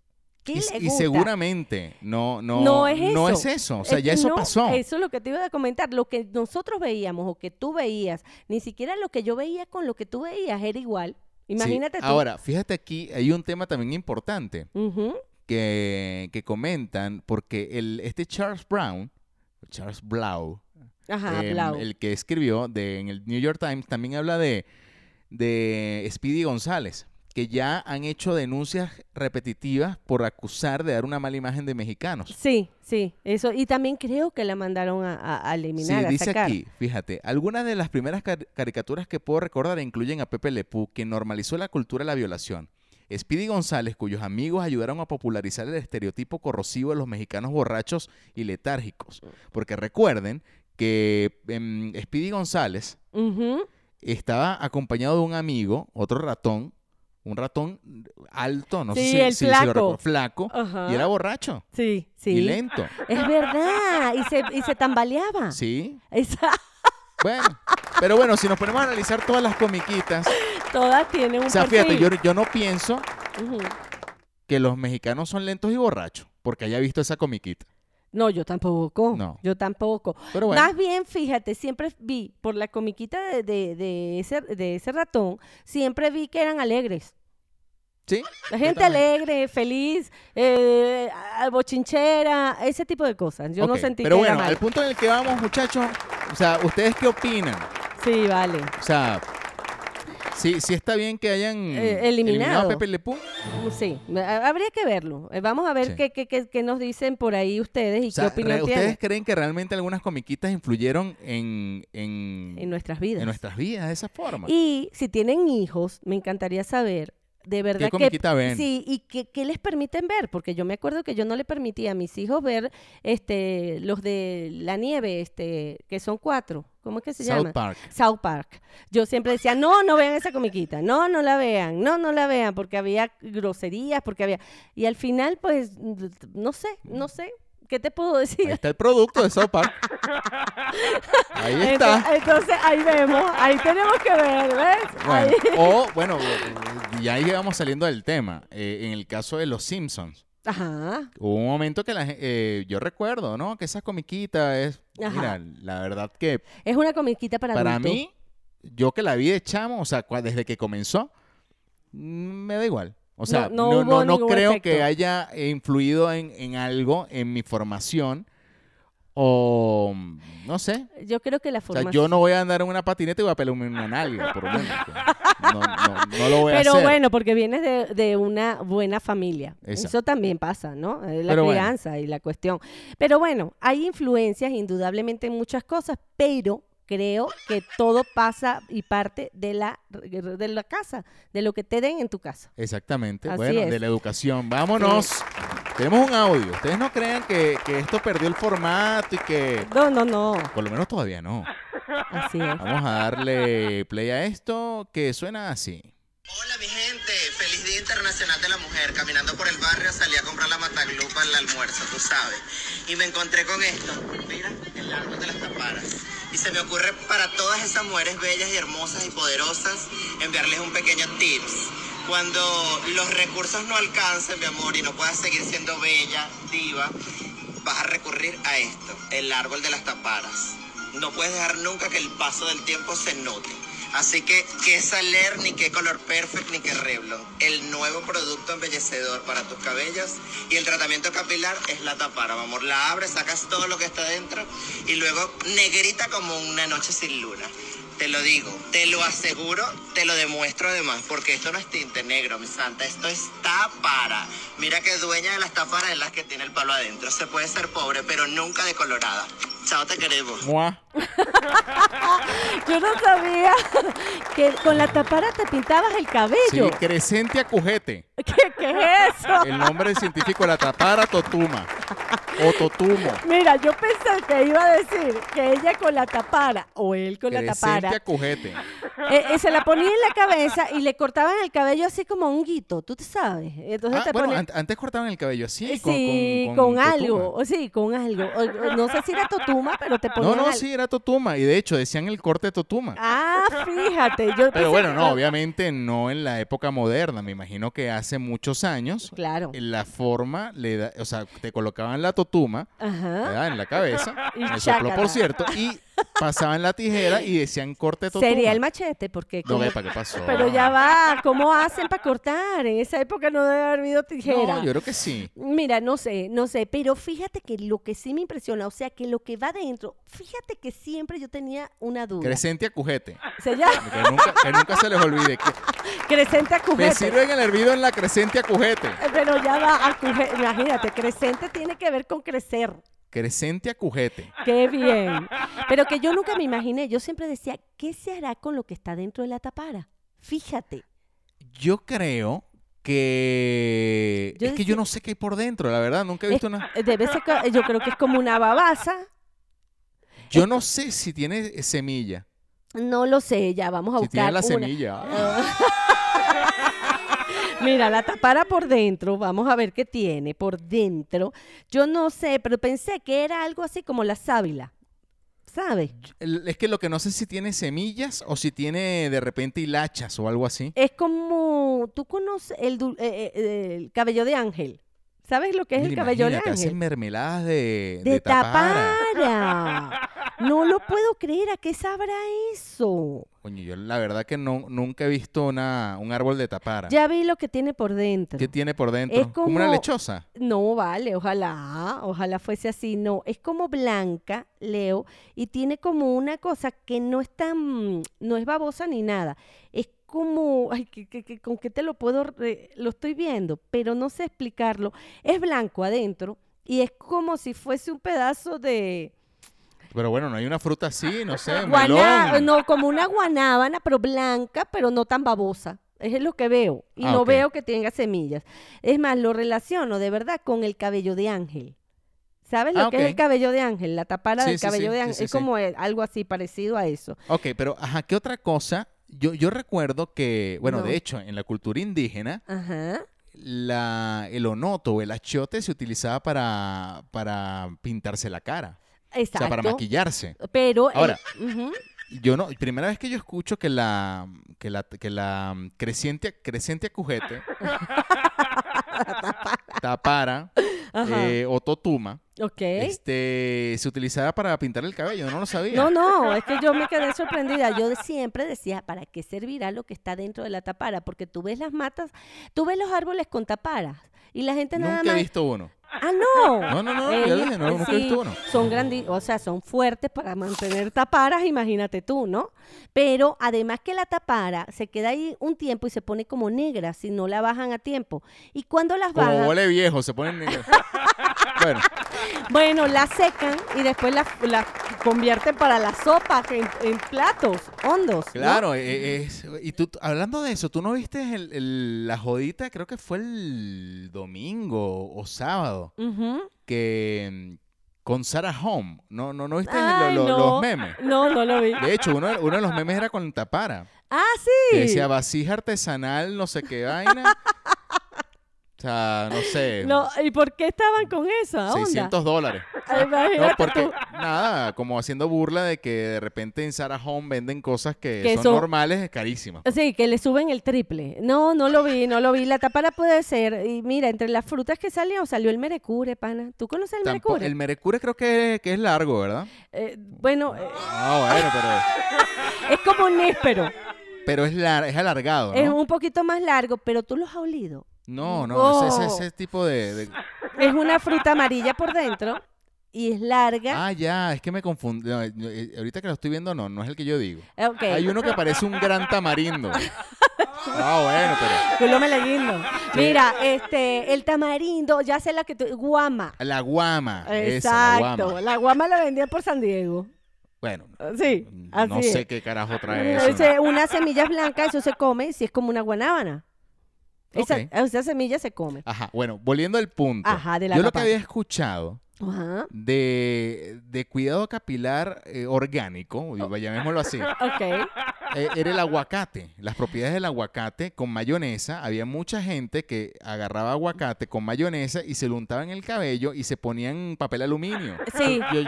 Speaker 2: ¿Qué
Speaker 1: y,
Speaker 2: le
Speaker 1: y
Speaker 2: gusta?
Speaker 1: seguramente no, no,
Speaker 2: No es
Speaker 1: no
Speaker 2: eso.
Speaker 1: es eso. O sea,
Speaker 2: Es
Speaker 1: ya
Speaker 2: que
Speaker 1: eso
Speaker 2: no,
Speaker 1: pasó.
Speaker 2: Eso es lo que te iba a comentar. Lo que nosotros veíamos o que tú veías, ni siquiera lo que yo veía con lo que tú veías era igual.
Speaker 1: Sí.
Speaker 2: Imagínate tú.
Speaker 1: Ahora, fíjate aquí, hay un tema también importante.
Speaker 2: Ujú,
Speaker 1: que, que comentan, porque el, este Charles Brown, Charles Blau,
Speaker 2: Ajá,
Speaker 1: em,
Speaker 2: Blau.
Speaker 1: el que escribió de, en el New York Times, también habla de, de Speedy González, que ya han hecho denuncias repetitivas por acusar de dar una mala imagen de mexicanos.
Speaker 2: Sí, sí, eso. Y también creo que la mandaron a, a- a
Speaker 1: Sí,
Speaker 2: eliminar, a
Speaker 1: dice
Speaker 2: sacar.
Speaker 1: aquí, fíjate, algunas de las primeras car- caricaturas que puedo recordar incluyen a Pepe Le Pew, quien normalizó la cultura de la violación. Speedy González, cuyos amigos ayudaron a popularizar el estereotipo corrosivo de los mexicanos borrachos y letárgicos. Porque recuerden que em, Speedy González
Speaker 2: Ujú,
Speaker 1: estaba acompañado de un amigo, otro ratón, un ratón alto, no
Speaker 2: Sí,
Speaker 1: sé si,
Speaker 2: el
Speaker 1: si- si lo
Speaker 2: flaco.
Speaker 1: recuerdo, flaco,
Speaker 2: Ajá.
Speaker 1: y era borracho
Speaker 2: Sí, sí.
Speaker 1: y lento.
Speaker 2: Es verdad. Y se, y se tambaleaba.
Speaker 1: Sí,
Speaker 2: Esa-
Speaker 1: bueno. Pero bueno, si nos ponemos a analizar todas las comiquitas,
Speaker 2: todas tienen un
Speaker 1: o sea,
Speaker 2: perfil.
Speaker 1: fíjate, yo, yo no pienso
Speaker 2: Ujú.
Speaker 1: que los mexicanos son lentos y borrachos, porque haya visto esa comiquita.
Speaker 2: No, yo tampoco.
Speaker 1: No.
Speaker 2: Yo tampoco.
Speaker 1: Pero bueno,
Speaker 2: Más bien, fíjate, siempre vi por la comiquita de, de- de ese, de ese ratón, siempre vi que eran alegres.
Speaker 1: sí,
Speaker 2: La gente
Speaker 1: también.
Speaker 2: alegre, feliz, eh, a- bochinchera, ese tipo de cosas. Yo no
Speaker 1: ok.
Speaker 2: sentí
Speaker 1: Pero
Speaker 2: que
Speaker 1: bueno,
Speaker 2: era
Speaker 1: al
Speaker 2: malo.
Speaker 1: punto en el que vamos, muchachos, o sea, ¿ustedes qué opinan?
Speaker 2: Sí, vale.
Speaker 1: O sea, sí, sí está bien que hayan
Speaker 2: Eh,
Speaker 1: a
Speaker 2: eliminado.
Speaker 1: Pepe Le Pew.
Speaker 2: Mm, Sí, ha- habría que verlo. Eh, Vamos a ver
Speaker 1: Sí.
Speaker 2: qué, qué- qué- qué nos dicen por ahí ustedes y
Speaker 1: O sea,
Speaker 2: qué opinión
Speaker 1: re- ¿ustedes
Speaker 2: tienen
Speaker 1: creen que realmente algunas comiquitas influyeron en, en,
Speaker 2: en nuestras vidas.
Speaker 1: en nuestras vidas de esa forma?
Speaker 2: Y si tienen hijos, me encantaría saber de verdad que
Speaker 1: comiquita ven?
Speaker 2: sí y qué qué les permiten ver, porque yo me acuerdo que yo no le permitía a mis hijos ver este los de la nieve, este que son cuatro, ¿cómo es que se
Speaker 1: South
Speaker 2: llama?
Speaker 1: Park.
Speaker 2: South Park. Yo siempre decía, no, no vean esa comiquita, no, no la vean, no, no la vean, porque había groserías, porque había... Y al final, pues, no sé, no sé, ¿qué te puedo
Speaker 1: Ahí
Speaker 2: decir?
Speaker 1: está el producto de South Park. Ahí está.
Speaker 2: Entonces, entonces, ahí vemos, ahí tenemos que ver, ¿ves?
Speaker 1: Bueno,
Speaker 2: Ahí-
Speaker 1: o, bueno, eh, ya llevamos saliendo del tema. Eh, en el caso de Los Simpsons,
Speaker 2: Ajá.
Speaker 1: hubo un momento que la, gen- eh, yo recuerdo, ¿no? Que esa comiquita es...
Speaker 2: Ajá.
Speaker 1: Mira, la verdad que
Speaker 2: Es una comiquita para,
Speaker 1: para
Speaker 2: adultos.
Speaker 1: mí, yo que la vi de chamo, o sea, cua- desde que comenzó, mm, me da igual. O sea,
Speaker 2: No- no
Speaker 1: no, no,
Speaker 2: hubo
Speaker 1: no
Speaker 2: ningún
Speaker 1: creo que
Speaker 2: efecto.
Speaker 1: haya influido en, en algo, en mi formación, o mm, no sé.
Speaker 2: Yo creo que la
Speaker 1: O sea,
Speaker 2: formación...
Speaker 1: yo no voy a andar en una patineta y voy a pelarme una nalga, por lo menos. pues. No, no, no lo voy a
Speaker 2: Pero
Speaker 1: hacer.
Speaker 2: bueno, porque vienes de, de una buena familia.
Speaker 1: Exacto.
Speaker 2: Eso también pasa, ¿no? Eh, La
Speaker 1: Pero bueno.
Speaker 2: crianza y la cuestión. Pero bueno, hay influencias indudablemente en muchas cosas, pero creo que todo pasa y parte de la, de la casa, de lo que te den en tu casa.
Speaker 1: Exactamente.
Speaker 2: Así
Speaker 1: bueno,
Speaker 2: es.
Speaker 1: de la educación. Vámonos. Tenemos un audio. Ustedes no crean que, que esto perdió el formato y que...
Speaker 2: No, no, no.
Speaker 1: Por lo menos todavía no.
Speaker 2: Así es.
Speaker 1: Vamos a darle play a esto que suena así.
Speaker 3: Hola mi gente, feliz Día Internacional de la Mujer. Caminando por el barrio salí a comprar la mataglupa al almuerzo, tú sabes. Y me encontré con esto. Mira, el árbol de las taparas. Y se me ocurre para todas esas mujeres bellas y hermosas y poderosas enviarles un pequeño tips. Cuando los recursos no alcancen, mi amor, y no puedas seguir siendo bella, diva, vas a recurrir a esto, el árbol de las taparas. No puedes dejar nunca que el paso del tiempo se note. Así que, qué saler, ni qué color perfect, ni qué Revlon. El nuevo producto embellecedor para tus cabellos y el tratamiento capilar es la tapara, mi amor. La abres, sacas todo lo que está dentro y luego negrita como una noche sin luna. Te lo digo, te lo aseguro, te lo demuestro además, porque esto no es tinte negro, mi santa, esto es tapara. Mira que dueña de las taparas es la que tiene el palo adentro. Se puede ser pobre, pero nunca decolorada. Chao, te queremos.
Speaker 1: Mua.
Speaker 2: Yo no sabía que con la tapara te pintabas
Speaker 1: Sí,
Speaker 2: el cabello.
Speaker 1: Crescentia cujete.
Speaker 2: ¿Qué, qué es eso?
Speaker 1: El nombre científico, la tapara totuma. O totumo.
Speaker 2: Mira, yo pensé que iba a decir que ella con la tapara o él con la tapara
Speaker 1: Crescentia cujete.
Speaker 2: eh, eh, se la ponía en la cabeza y le cortaban el cabello así como un guito, tú te sabes. Entonces
Speaker 1: Ah,
Speaker 2: te
Speaker 1: bueno,
Speaker 2: ponen-
Speaker 1: an- antes cortaban el cabello así. Con,
Speaker 2: sí, con,
Speaker 1: con- con
Speaker 2: algo,
Speaker 1: totuma.
Speaker 2: o sí, con algo. O- o no sé si era totuma, pero te
Speaker 1: No,
Speaker 2: ponían.
Speaker 1: no,
Speaker 2: al-
Speaker 1: sí, era totuma. Y de hecho, decían el corte de totuma.
Speaker 2: Ah, fíjate. Yo pensé
Speaker 1: Pero bueno,
Speaker 2: que-
Speaker 1: no, obviamente no en la época moderna. Me imagino que hace muchos años
Speaker 2: Claro.
Speaker 1: la forma le da, o sea, te colocaban la totuma
Speaker 2: Ajá.
Speaker 1: ¿verdad? en la cabeza,
Speaker 2: Ah. Y
Speaker 1: en el
Speaker 2: chácala.
Speaker 1: soplo, por cierto, y pasaban la tijera y decían corte totuma.
Speaker 2: Sería el machete, porque.
Speaker 1: No,
Speaker 2: como-
Speaker 1: epa, ¿qué pasó?
Speaker 2: Pero ya va, ¿cómo hacen para cortar? En esa época no debe haber habido tijera.
Speaker 1: No, yo creo que sí.
Speaker 2: Mira, no sé, no sé, pero fíjate que lo que sí me impresiona, o sea, que lo que va dentro, fíjate que siempre yo tenía una duda.
Speaker 1: Crescentia cujete.
Speaker 2: Se llama
Speaker 1: Que nunca, que nunca se les olvide. Que
Speaker 2: Crescente
Speaker 1: me
Speaker 2: Acujete.
Speaker 1: sirven el hervido en la crescentia cujete.
Speaker 2: Eh, Pero ya va, acuje- imagínate, crescente tiene que ver con crecer.
Speaker 1: Crescentia cujete.
Speaker 2: Qué bien. Pero que yo nunca me imaginé, yo siempre decía, ¿qué se hará con lo que está dentro de la tapara? Fíjate.
Speaker 1: Yo creo que...
Speaker 2: Yo
Speaker 1: es que
Speaker 2: decía-
Speaker 1: yo no sé qué hay por dentro, la verdad. Nunca he visto una...
Speaker 2: Eh, Debe ser, co- yo creo que es como una babaza.
Speaker 1: Yo no sé si tiene eh, semilla.
Speaker 2: No lo sé, ya vamos a Ah.
Speaker 1: Si tiene
Speaker 2: buscar
Speaker 1: la
Speaker 2: una.
Speaker 1: semilla.
Speaker 2: Mira, la tapara por dentro, vamos a ver qué tiene por dentro. Yo no sé, pero pensé que era algo así como la sábila. ¿Sabes?
Speaker 1: El- Es que lo que no sé es si tiene semillas o si tiene de repente hilachas o algo así.
Speaker 2: Es como, tú conoces el, dul- eh, eh, el cabello de ángel. ¿Sabes lo que es
Speaker 1: Mira,
Speaker 2: el cabello de
Speaker 1: imagínate,
Speaker 2: ángel?
Speaker 1: hacen mermeladas de,
Speaker 2: de,
Speaker 1: de tapara.
Speaker 2: tapara. No lo puedo creer, ¿a qué sabrá eso?
Speaker 1: Coño, yo la verdad que no, nunca he visto una, un árbol de tapara.
Speaker 2: Ya vi lo que tiene por dentro.
Speaker 1: ¿Qué tiene por dentro?
Speaker 2: Es
Speaker 1: una
Speaker 2: como-
Speaker 1: lechosa.
Speaker 2: No, vale, ojalá, ojalá fuese así. No, es como blanca, Leo, y tiene como una cosa que no es tan, no es babosa ni nada. Es como, ay, que- que- que- ¿con qué te lo puedo? re- lo estoy viendo, pero no sé explicarlo. Es blanco adentro y es como si fuese un pedazo de
Speaker 1: Pero bueno, no hay una fruta así, no sé, un
Speaker 2: guaná-
Speaker 1: melón.
Speaker 2: no, como una guanábana, pero blanca, pero no tan babosa. Es lo que veo. Y
Speaker 1: Ah,
Speaker 2: no
Speaker 1: ok.
Speaker 2: veo que tenga semillas. Es más, lo relaciono de verdad con el cabello de ángel. ¿Sabes lo
Speaker 1: Ah,
Speaker 2: que es
Speaker 1: ok.
Speaker 2: el cabello de ángel? La tapara
Speaker 1: Sí,
Speaker 2: del
Speaker 1: sí,
Speaker 2: cabello
Speaker 1: sí,
Speaker 2: de
Speaker 1: sí,
Speaker 2: ángel.
Speaker 1: sí,
Speaker 2: es
Speaker 1: sí.
Speaker 2: como eh, algo así parecido a eso.
Speaker 1: Ok, pero ajá, ¿qué otra cosa? Yo, yo recuerdo que, bueno,
Speaker 2: No.
Speaker 1: de hecho, en la cultura indígena,
Speaker 2: Ajá.
Speaker 1: la, el onoto o el achiote se utilizaba para, para pintarse la cara.
Speaker 2: Exacto.
Speaker 1: O sea, para maquillarse.
Speaker 2: Pero. el-
Speaker 1: Ahora. eh,
Speaker 2: ujú.
Speaker 1: Yo no, primera vez que yo escucho que la, que la, que la mm, creciente, creciente acujete, tapara,
Speaker 2: Ajá.
Speaker 1: eh, o totuma,
Speaker 2: ok.
Speaker 1: este, se utilizaba para pintar el cabello, no lo sabía.
Speaker 2: No, no, es que yo me quedé sorprendida. Yo de- siempre decía, ¿para qué servirá lo que está dentro de la tapara? Porque tú ves las matas, tú ves los árboles con taparas y la gente nada
Speaker 1: Nunca he
Speaker 2: más.
Speaker 1: visto uno.
Speaker 2: Ah, no.
Speaker 1: No, no, no, ya dije, no, nunca he visto uno.
Speaker 2: Son grandes, o sea, son fuertes para mantener taparas, imagínate tú, ¿no? Pero además que la tapara se queda ahí un tiempo y se pone como negra si no la bajan a tiempo. Y cuando las
Speaker 1: Como
Speaker 2: bajan,
Speaker 1: huele viejo, se ponen negros. bueno,
Speaker 2: bueno, la secan y después las las convierten para la sopa en, en platos hondos. ¿no?
Speaker 1: claro, eh, eh, es- y tú, tú- hablando de eso, ¿tú no viste el- el- la jodita? Creo que fue el domingo o sábado,
Speaker 2: Ujú.
Speaker 1: que mm, con Sarah Home, ¿no, no, no viste
Speaker 2: Ay,
Speaker 1: lo- lo-
Speaker 2: no.
Speaker 1: los memes?
Speaker 2: No, no lo vi.
Speaker 1: De hecho, uno, uno de los memes era con tapara.
Speaker 2: Ah, sí.
Speaker 1: Que decía vasija artesanal, no sé qué vaina. O sea, no sé.
Speaker 2: No, ¿Y por qué estaban con esa onda?
Speaker 1: 600 dólares.
Speaker 2: Ah, Imagínate
Speaker 1: No, porque
Speaker 2: tú.
Speaker 1: nada, como haciendo burla de que de repente en Sarah Home venden cosas que,
Speaker 2: Que
Speaker 1: son,
Speaker 2: son-
Speaker 1: normales, carísimas.
Speaker 2: Sí, que le suben el triple. No, no lo vi, no lo vi. La tapara puede ser. Y mira, entre las frutas que salió, salió el merecure, pana. ¿Tú conoces el
Speaker 1: Tampo-
Speaker 2: merecure?
Speaker 1: el merecure creo que, que es largo, ¿verdad?
Speaker 2: Eh, bueno, eh,
Speaker 1: Ah, bueno, pero,
Speaker 2: es como un níspero.
Speaker 1: pero es, lar- es alargado,
Speaker 2: Es
Speaker 1: ¿no?
Speaker 2: un poquito más largo, pero tú los has olido.
Speaker 1: No, no,
Speaker 2: Oh.
Speaker 1: ese, ese- ese tipo de, de-
Speaker 2: Es una fruta amarilla por dentro y es larga.
Speaker 1: Ah, ya, es que me confundí. No, eh, eh, ahorita que lo estoy viendo, no, no es el que yo digo.
Speaker 2: Eh, ok.
Speaker 1: Hay uno que parece un gran tamarindo. Ah, bueno, pero...
Speaker 2: Culo meleguindo. Mira, este, el tamarindo, ya sé la que tú. Guama.
Speaker 1: La guama. Ah, Esa, la
Speaker 2: Exacto.
Speaker 1: guama.
Speaker 2: la guama la vendían por San Diego.
Speaker 1: Bueno,
Speaker 2: Sí, así
Speaker 1: no
Speaker 2: es.
Speaker 1: sé qué carajo trae eso.
Speaker 2: Ese- Una semilla blanca, eso se come, si es como una guanábana. Esa,
Speaker 1: Ok.
Speaker 2: esa semilla se come.
Speaker 1: Ajá, bueno, volviendo al punto.
Speaker 2: Ajá, de la
Speaker 1: Yo lo que
Speaker 2: papaya.
Speaker 1: había escuchado Ah.
Speaker 2: Ajá.
Speaker 1: de, de cuidado capilar eh, orgánico,
Speaker 2: Oh.
Speaker 1: llamémoslo así,
Speaker 2: Ok.
Speaker 1: eh, era el aguacate. Las propiedades del aguacate con mayonesa. Había mucha gente que agarraba aguacate con mayonesa y se lo untaba en el cabello y se ponían papel aluminio.
Speaker 2: Sí.
Speaker 1: Yo,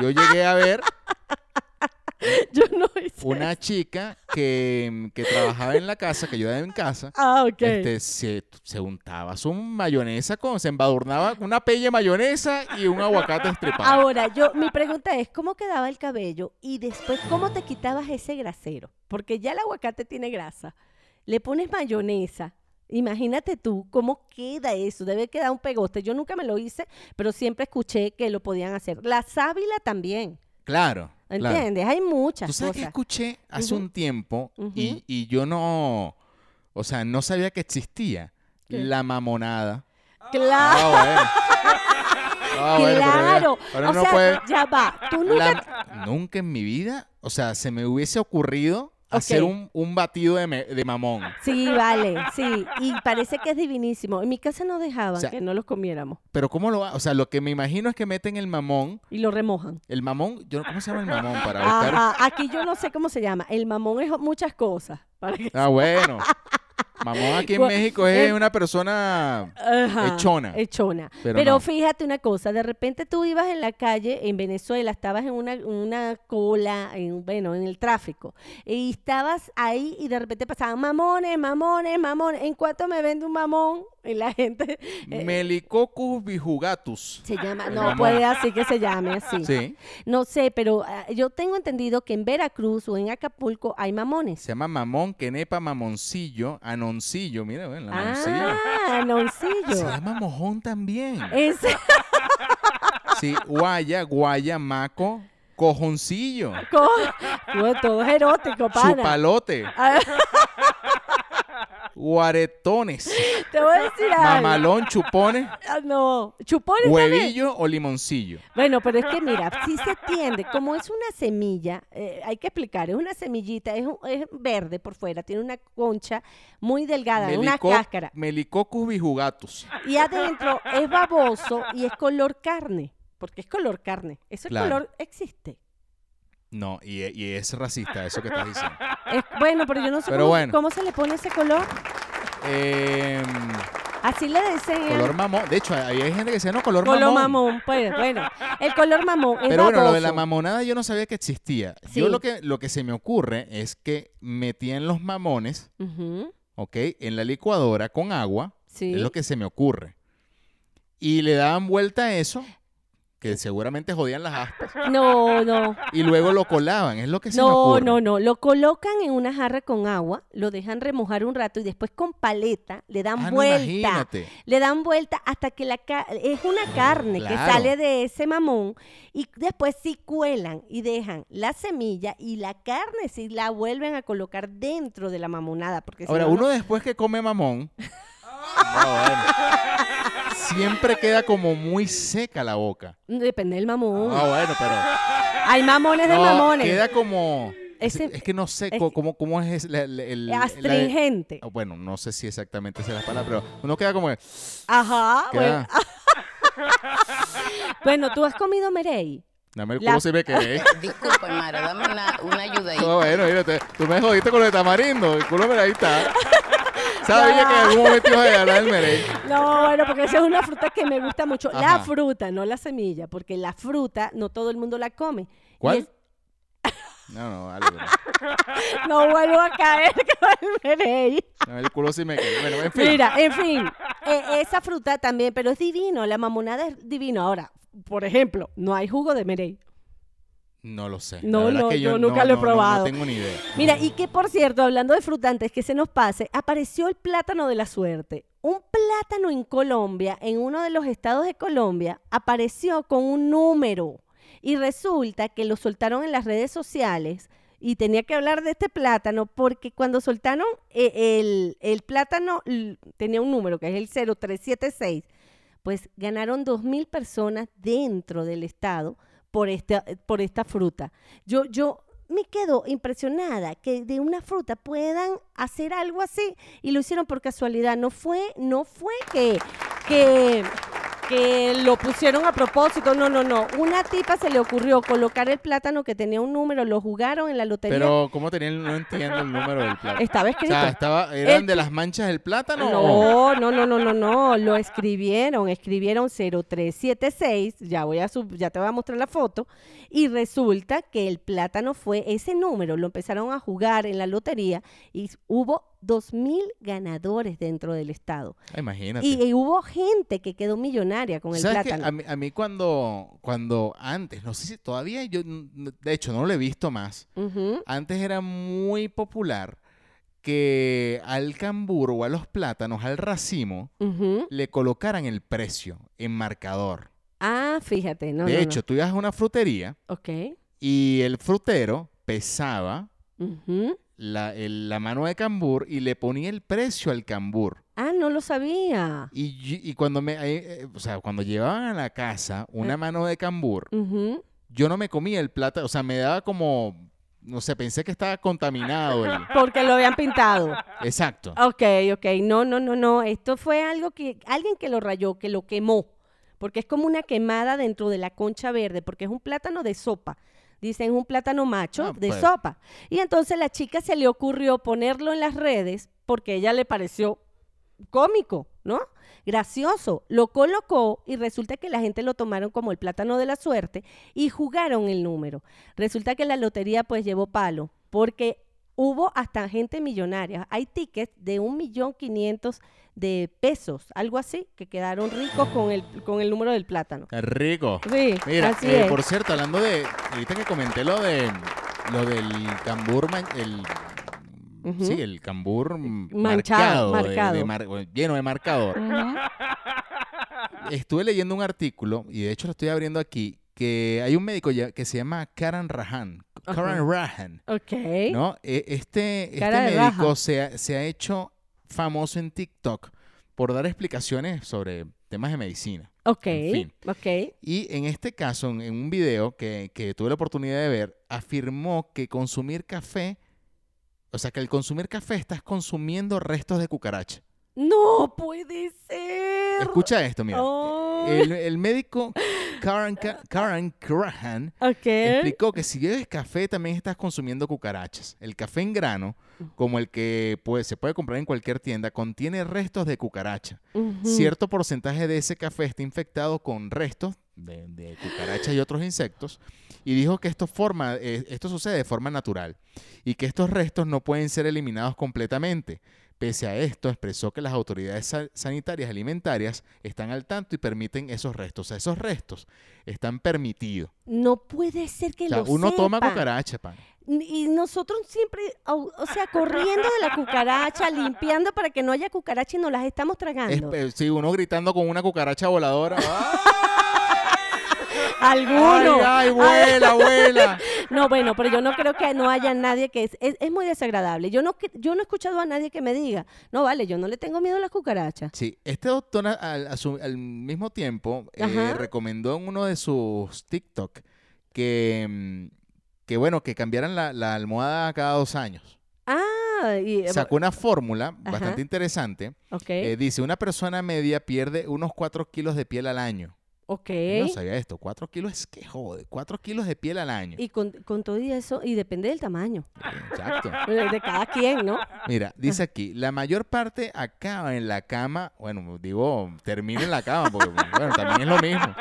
Speaker 1: yo llegué a ver
Speaker 2: Yo no hice.
Speaker 1: una chica que, que trabajaba en la casa, que ayudaba en casa,
Speaker 2: Ah, ok.
Speaker 1: Este, se, se untaba su mayonesa con, se embadurnaba con una pella de mayonesa y un aguacate estripado.
Speaker 2: Ahora, yo, mi pregunta es, ¿cómo quedaba el cabello? Y después, ¿cómo te quitabas ese grasero? Porque ya el aguacate tiene grasa. Le pones mayonesa. Imagínate tú cómo queda eso. Debe quedar un pegote. Yo nunca me lo hice, pero siempre escuché que lo podían hacer. La sábila también.
Speaker 1: Claro. claro.
Speaker 2: ¿Entiendes? Hay muchas
Speaker 1: Tú sabes que
Speaker 2: cosas.
Speaker 1: escuché hace
Speaker 2: Ujú.
Speaker 1: un tiempo
Speaker 2: Ujú.
Speaker 1: y, y yo no, o sea, no sabía que existía
Speaker 2: ¿Qué?
Speaker 1: la mamonada.
Speaker 2: Claro.
Speaker 1: Ah, bueno. Ah, bueno, pero ya-
Speaker 2: Claro,
Speaker 1: ahora
Speaker 2: o
Speaker 1: no
Speaker 2: sea,
Speaker 1: puede-
Speaker 2: ya va. Tú nunca
Speaker 1: la- nunca en mi vida, o sea, se me hubiese ocurrido hacer
Speaker 2: Ok.
Speaker 1: un, un batido de, me- de mamón.
Speaker 2: Sí, vale, sí. Y parece que es divinísimo. En mi casa no dejaban
Speaker 1: O sea-
Speaker 2: que no los comiéramos.
Speaker 1: Pero ¿cómo lo va? O sea, lo que me imagino es que meten el mamón
Speaker 2: Y lo remojan.
Speaker 1: El mamón, yo, no- ¿cómo se llama el mamón para buscar?
Speaker 2: Ajá, aquí yo no sé cómo se llama. El mamón es muchas cosas. para que-
Speaker 1: Ah, bueno. Mamón aquí en
Speaker 2: Gua-
Speaker 1: México es
Speaker 2: eh,
Speaker 1: una persona
Speaker 2: Ajá,
Speaker 1: Echona.
Speaker 2: Echona.
Speaker 1: Pero
Speaker 2: Pero,
Speaker 1: no.
Speaker 2: fíjate una cosa, de repente tú ibas en la calle en Venezuela, estabas en una, una cola, en, bueno, en el tráfico, y estabas ahí y de repente pasaban mamones, mamones, mamones. ¿En cuánto me vende un mamón? Y la gente eh,
Speaker 1: Melicoccus bijugatus.
Speaker 2: se llama,
Speaker 1: El
Speaker 2: no
Speaker 1: mamón.
Speaker 2: puede así que se llame así.
Speaker 1: Sí.
Speaker 2: No sé, pero ah, yo tengo entendido que en Veracruz o en Acapulco hay mamones.
Speaker 1: Se llama mamón, quenepa, mamoncillo, anoncillo. Mira, bueno, la anoncilla.
Speaker 2: Ah, Eh.
Speaker 1: Se
Speaker 2: noncillo.
Speaker 1: llama mojón también.
Speaker 2: Es,
Speaker 1: Sí, guaya, guaya, maco, cojoncillo,
Speaker 2: co- todo es erótico, pana.
Speaker 1: chupalote,
Speaker 2: Ah,
Speaker 1: guaretones,
Speaker 2: Te voy a decir algo.
Speaker 1: mamalón, chupones,
Speaker 2: Ah, No, chupones también.
Speaker 1: huevillo o limoncillo.
Speaker 2: Bueno, pero es que mira, si se tiende, como es una semilla, eh, hay que explicar, es una semillita, es, un- es verde por fuera, tiene una concha muy delgada, una
Speaker 1: Melico-
Speaker 2: cáscara,
Speaker 1: Melicoccus bijugatus.
Speaker 2: y adentro es baboso y es color carne, porque es color carne, ese
Speaker 1: Claro.
Speaker 2: color existe.
Speaker 1: No, y, e- y es racista eso que estás diciendo.
Speaker 2: Es- bueno, pero yo no sé
Speaker 1: Pero
Speaker 2: cómo,
Speaker 1: bueno.
Speaker 2: cómo se le pone ese color,
Speaker 1: Em,
Speaker 2: así le dicen.
Speaker 1: color mamón. De hecho, ahí hay gente que dice, no, color,
Speaker 2: color
Speaker 1: mamón.
Speaker 2: mamón, pues, bueno, el color mamón es
Speaker 1: Pero bueno, lo de la
Speaker 2: baboso.
Speaker 1: mamonada yo no sabía que existía. Yo
Speaker 2: Sí.
Speaker 1: lo que, lo que se me ocurre es que metían los mamones,
Speaker 2: Ujú,
Speaker 1: ¿ok? En la licuadora con agua.
Speaker 2: sí.
Speaker 1: Es lo que se me ocurre. Y le daban vuelta a eso, que seguramente jodían las aspas,
Speaker 2: No, no.
Speaker 1: y luego lo colaban, es lo que se me
Speaker 2: No,
Speaker 1: ocurre.
Speaker 2: no, no. Lo colocan en una jarra con agua, lo dejan remojar un rato y después con paleta le dan
Speaker 1: Ah, no,
Speaker 2: vuelta.
Speaker 1: imagínate.
Speaker 2: Le dan vuelta hasta que la ca- es una carne que
Speaker 1: Claro.
Speaker 2: sale de ese mamón y después sí cuelan y dejan la semilla y la carne sí la vuelven a colocar dentro de la mamonada. Porque si
Speaker 1: Ahora,
Speaker 2: no, no-
Speaker 1: uno después que come mamón, no, bueno, siempre queda como muy seca la boca.
Speaker 2: Depende del mamón.
Speaker 1: Ah, bueno, pero
Speaker 2: Hay mamones de
Speaker 1: no,
Speaker 2: mamones.
Speaker 1: queda como... Es,
Speaker 2: Ese-
Speaker 1: es que no sé
Speaker 2: es
Speaker 1: co-
Speaker 2: que-
Speaker 1: cómo, cómo es la- la- el... la-
Speaker 2: Astringente.
Speaker 1: Ah, bueno, no sé si exactamente esa es la palabra, pero uno queda como... que-
Speaker 2: Ajá. Ah, Bueno,
Speaker 1: queda-
Speaker 2: bueno, tú has comido merey.
Speaker 1: dame el
Speaker 2: La-
Speaker 1: culo si me querés.
Speaker 4: Disculpa, Mara, dame una, una ayuda ahí.
Speaker 1: No, bueno, mira, te- tú me jodiste con lo de tamarindo. El culo me ahí está. Sabía que en algún momento ibas a ganar el merengue.
Speaker 2: No, bueno, porque esa es una fruta que me gusta mucho. La
Speaker 1: Ajá.
Speaker 2: fruta, no la semilla, porque la fruta no todo el mundo la come. Y
Speaker 1: ¿Cuál?
Speaker 2: es-
Speaker 1: No, no, vale. bueno.
Speaker 2: no vuelvo a caer con el merey.
Speaker 1: Dame el culo si me quedé. Bueno, en fin.
Speaker 2: Mira, en fin, eh, esa fruta también, pero es divino, la mamonada es divino. Ahora, por ejemplo, no hay jugo de merey.
Speaker 1: No lo sé.
Speaker 2: No,
Speaker 1: La verdad
Speaker 2: no,
Speaker 1: que
Speaker 2: yo nunca lo he
Speaker 1: no, No,
Speaker 2: probado.
Speaker 1: tengo ni idea.
Speaker 2: Mira, y que por cierto, hablando de frutantes, que se nos pase, apareció el plátano de la suerte. Un plátano en Colombia, en uno de los estados de Colombia, apareció con un número. Y resulta que lo soltaron en las redes sociales. Y tenía que hablar de este plátano porque cuando soltaron eh, el, el plátano l- tenía un número que es el 0376. Pues ganaron 2.000 personas dentro del estado por esta, por esta fruta. Yo, yo me quedo impresionada que de una fruta puedan hacer algo así y lo hicieron por casualidad. No fue, no fue que, que, que lo pusieron a propósito. No, no, no. Una tipa se le ocurrió colocar el plátano que tenía un número, lo jugaron en la lotería.
Speaker 1: Pero, ¿cómo tenían? No entiendo el número del plátano.
Speaker 2: Estaba
Speaker 1: O
Speaker 2: escrito.
Speaker 1: sea, estaba, ¿eran
Speaker 2: El-
Speaker 1: de las manchas del plátano? o-
Speaker 2: No, no, no, no, no, no, lo escribieron, escribieron 0376, ya voy a sub- ya te voy a mostrar la foto y resulta que el plátano fue ese número, lo empezaron a jugar en la lotería y hubo 2000 ganadores dentro del estado
Speaker 1: Ah, Imagínate.
Speaker 2: y, y hubo gente que quedó millonaria con el
Speaker 1: ¿Sabes qué?
Speaker 2: plátano.
Speaker 1: A mí, a mí cuando, cuando antes, no sé si todavía yo, de hecho, no lo he visto más.
Speaker 2: Ujú.
Speaker 1: Antes era muy popular que al cambur o a los plátanos, al racimo,
Speaker 2: Ujú.
Speaker 1: le colocaran el precio en marcador.
Speaker 2: Ah, fíjate, no,
Speaker 1: de
Speaker 2: no, no.
Speaker 1: hecho, tú ibas a una frutería
Speaker 2: Ok.
Speaker 1: y el frutero pesaba
Speaker 2: Ujú.
Speaker 1: la, el- la mano de cambur y le ponía el precio al cambur.
Speaker 2: Ah, no lo sabía.
Speaker 1: Y, yo- y cuando me, eh, eh, o sea, cuando llevaban a la casa una
Speaker 2: Ah.
Speaker 1: mano de cambur,
Speaker 2: Ujú.
Speaker 1: yo no me comía el plátano, o sea, me daba como, no sé, pensé que estaba contaminado. el-
Speaker 2: Porque lo habían pintado.
Speaker 1: exacto.
Speaker 2: Ok, ok. No, no, no, no. Esto fue algo que alguien que lo rayó, que lo quemó. Porque es como una quemada dentro de la concha verde, porque es un plátano de sopa. Dicen un plátano macho
Speaker 1: Ah,
Speaker 2: de
Speaker 1: pues.
Speaker 2: sopa. Y entonces la chica se le ocurrió ponerlo en las redes porque ella le pareció cómico, ¿no? Gracioso. Lo colocó y resulta que la gente lo tomaron como el plátano de la suerte y jugaron el número. Resulta que la lotería pues llevó palo porque hubo hasta gente millonaria. Hay tickets de un millón quinientos de pesos, algo así, que quedaron ricos con el, con el número del plátano.
Speaker 1: Qué rico.
Speaker 2: Sí,
Speaker 1: Mira,
Speaker 2: así
Speaker 1: eh,
Speaker 2: es.
Speaker 1: por cierto, hablando de. Ahorita que comenté lo de lo del cambur man- el
Speaker 2: Ujú. Eh,
Speaker 1: sí, el cambur marcado,
Speaker 2: Manchado,
Speaker 1: de-
Speaker 2: marcado.
Speaker 1: de mar- bueno, lleno de marcador. Estuve leyendo un artículo, y de hecho lo estoy abriendo aquí, que hay un médico ya que se llama Karan Rahan.
Speaker 2: Ajá.
Speaker 1: Karan Rahan.
Speaker 2: Ok.
Speaker 1: ¿no? E- Este, este
Speaker 2: Cara de raja.
Speaker 1: médico se ha, se ha hecho famoso en TikTok por dar explicaciones sobre temas de medicina.
Speaker 2: Ok.
Speaker 1: en fin.
Speaker 2: Ok.
Speaker 1: Y en este caso, en en un video que, que tuve la oportunidad de ver, afirmó que consumir café, o sea, que al consumir café estás consumiendo restos de cucaracha.
Speaker 2: No puede ser.
Speaker 1: Escucha esto, mira.
Speaker 2: Oh.
Speaker 1: eh,
Speaker 2: Ay,
Speaker 1: El, el médico Karen, Ka- Karen Crahan
Speaker 2: ok.
Speaker 1: explicó que si bebes café también estás consumiendo cucarachas. El café en grano, como el que pues, se puede comprar en cualquier tienda, contiene restos de cucaracha.
Speaker 2: Ujú.
Speaker 1: Cierto porcentaje de ese café está infectado con restos de, de cucarachas y otros insectos. Y dijo que esto, forma, eh, esto sucede de forma natural y que estos restos no pueden ser eliminados completamente. Pese a esto, expresó que las autoridades sa- sanitarias alimentarias están al tanto y permiten esos restos. O sea, esos restos están permitidos.
Speaker 2: No puede ser que
Speaker 1: O sea,
Speaker 2: lo
Speaker 1: uno toma
Speaker 2: sepan.
Speaker 1: cucaracha, pan.
Speaker 2: N- Y nosotros siempre, au- o sea, corriendo de la cucaracha, limpiando para que no haya cucaracha y nos las estamos
Speaker 1: Es-
Speaker 2: tragando.
Speaker 1: eh, sí, uno gritando con una cucaracha voladora. ¡Ay,
Speaker 2: Alguno.
Speaker 1: ay, vuela, vuela!
Speaker 2: No, bueno, pero yo no creo que no haya nadie que es, es, es muy desagradable. Yo no, cre- yo no he escuchado a nadie que me diga, no vale, yo no le tengo miedo a las cucarachas.
Speaker 1: Sí, este doctor a- al, a su- al mismo tiempo eh,
Speaker 2: Ajá.
Speaker 1: recomendó en uno de sus TikTok que, mm, que bueno, que cambiaran la, la almohada cada dos años.
Speaker 2: Ah, y, eh,
Speaker 1: Sacó una fórmula
Speaker 2: Ajá.
Speaker 1: bastante interesante.
Speaker 2: ok,
Speaker 1: eh, dice, una persona media pierde unos 4 kilos de piel al año.
Speaker 2: ok.
Speaker 1: Yo no sabía esto, 4 kilos es que jode, 4 kilos de piel al año.
Speaker 2: Y con, con todo y eso, y depende del tamaño,
Speaker 1: Exacto.
Speaker 2: eh, de cada quien, ¿no?
Speaker 1: Mira, dice aquí, la mayor parte acaba en la cama, bueno, digo, termina en la cama, porque bueno, también es lo mismo.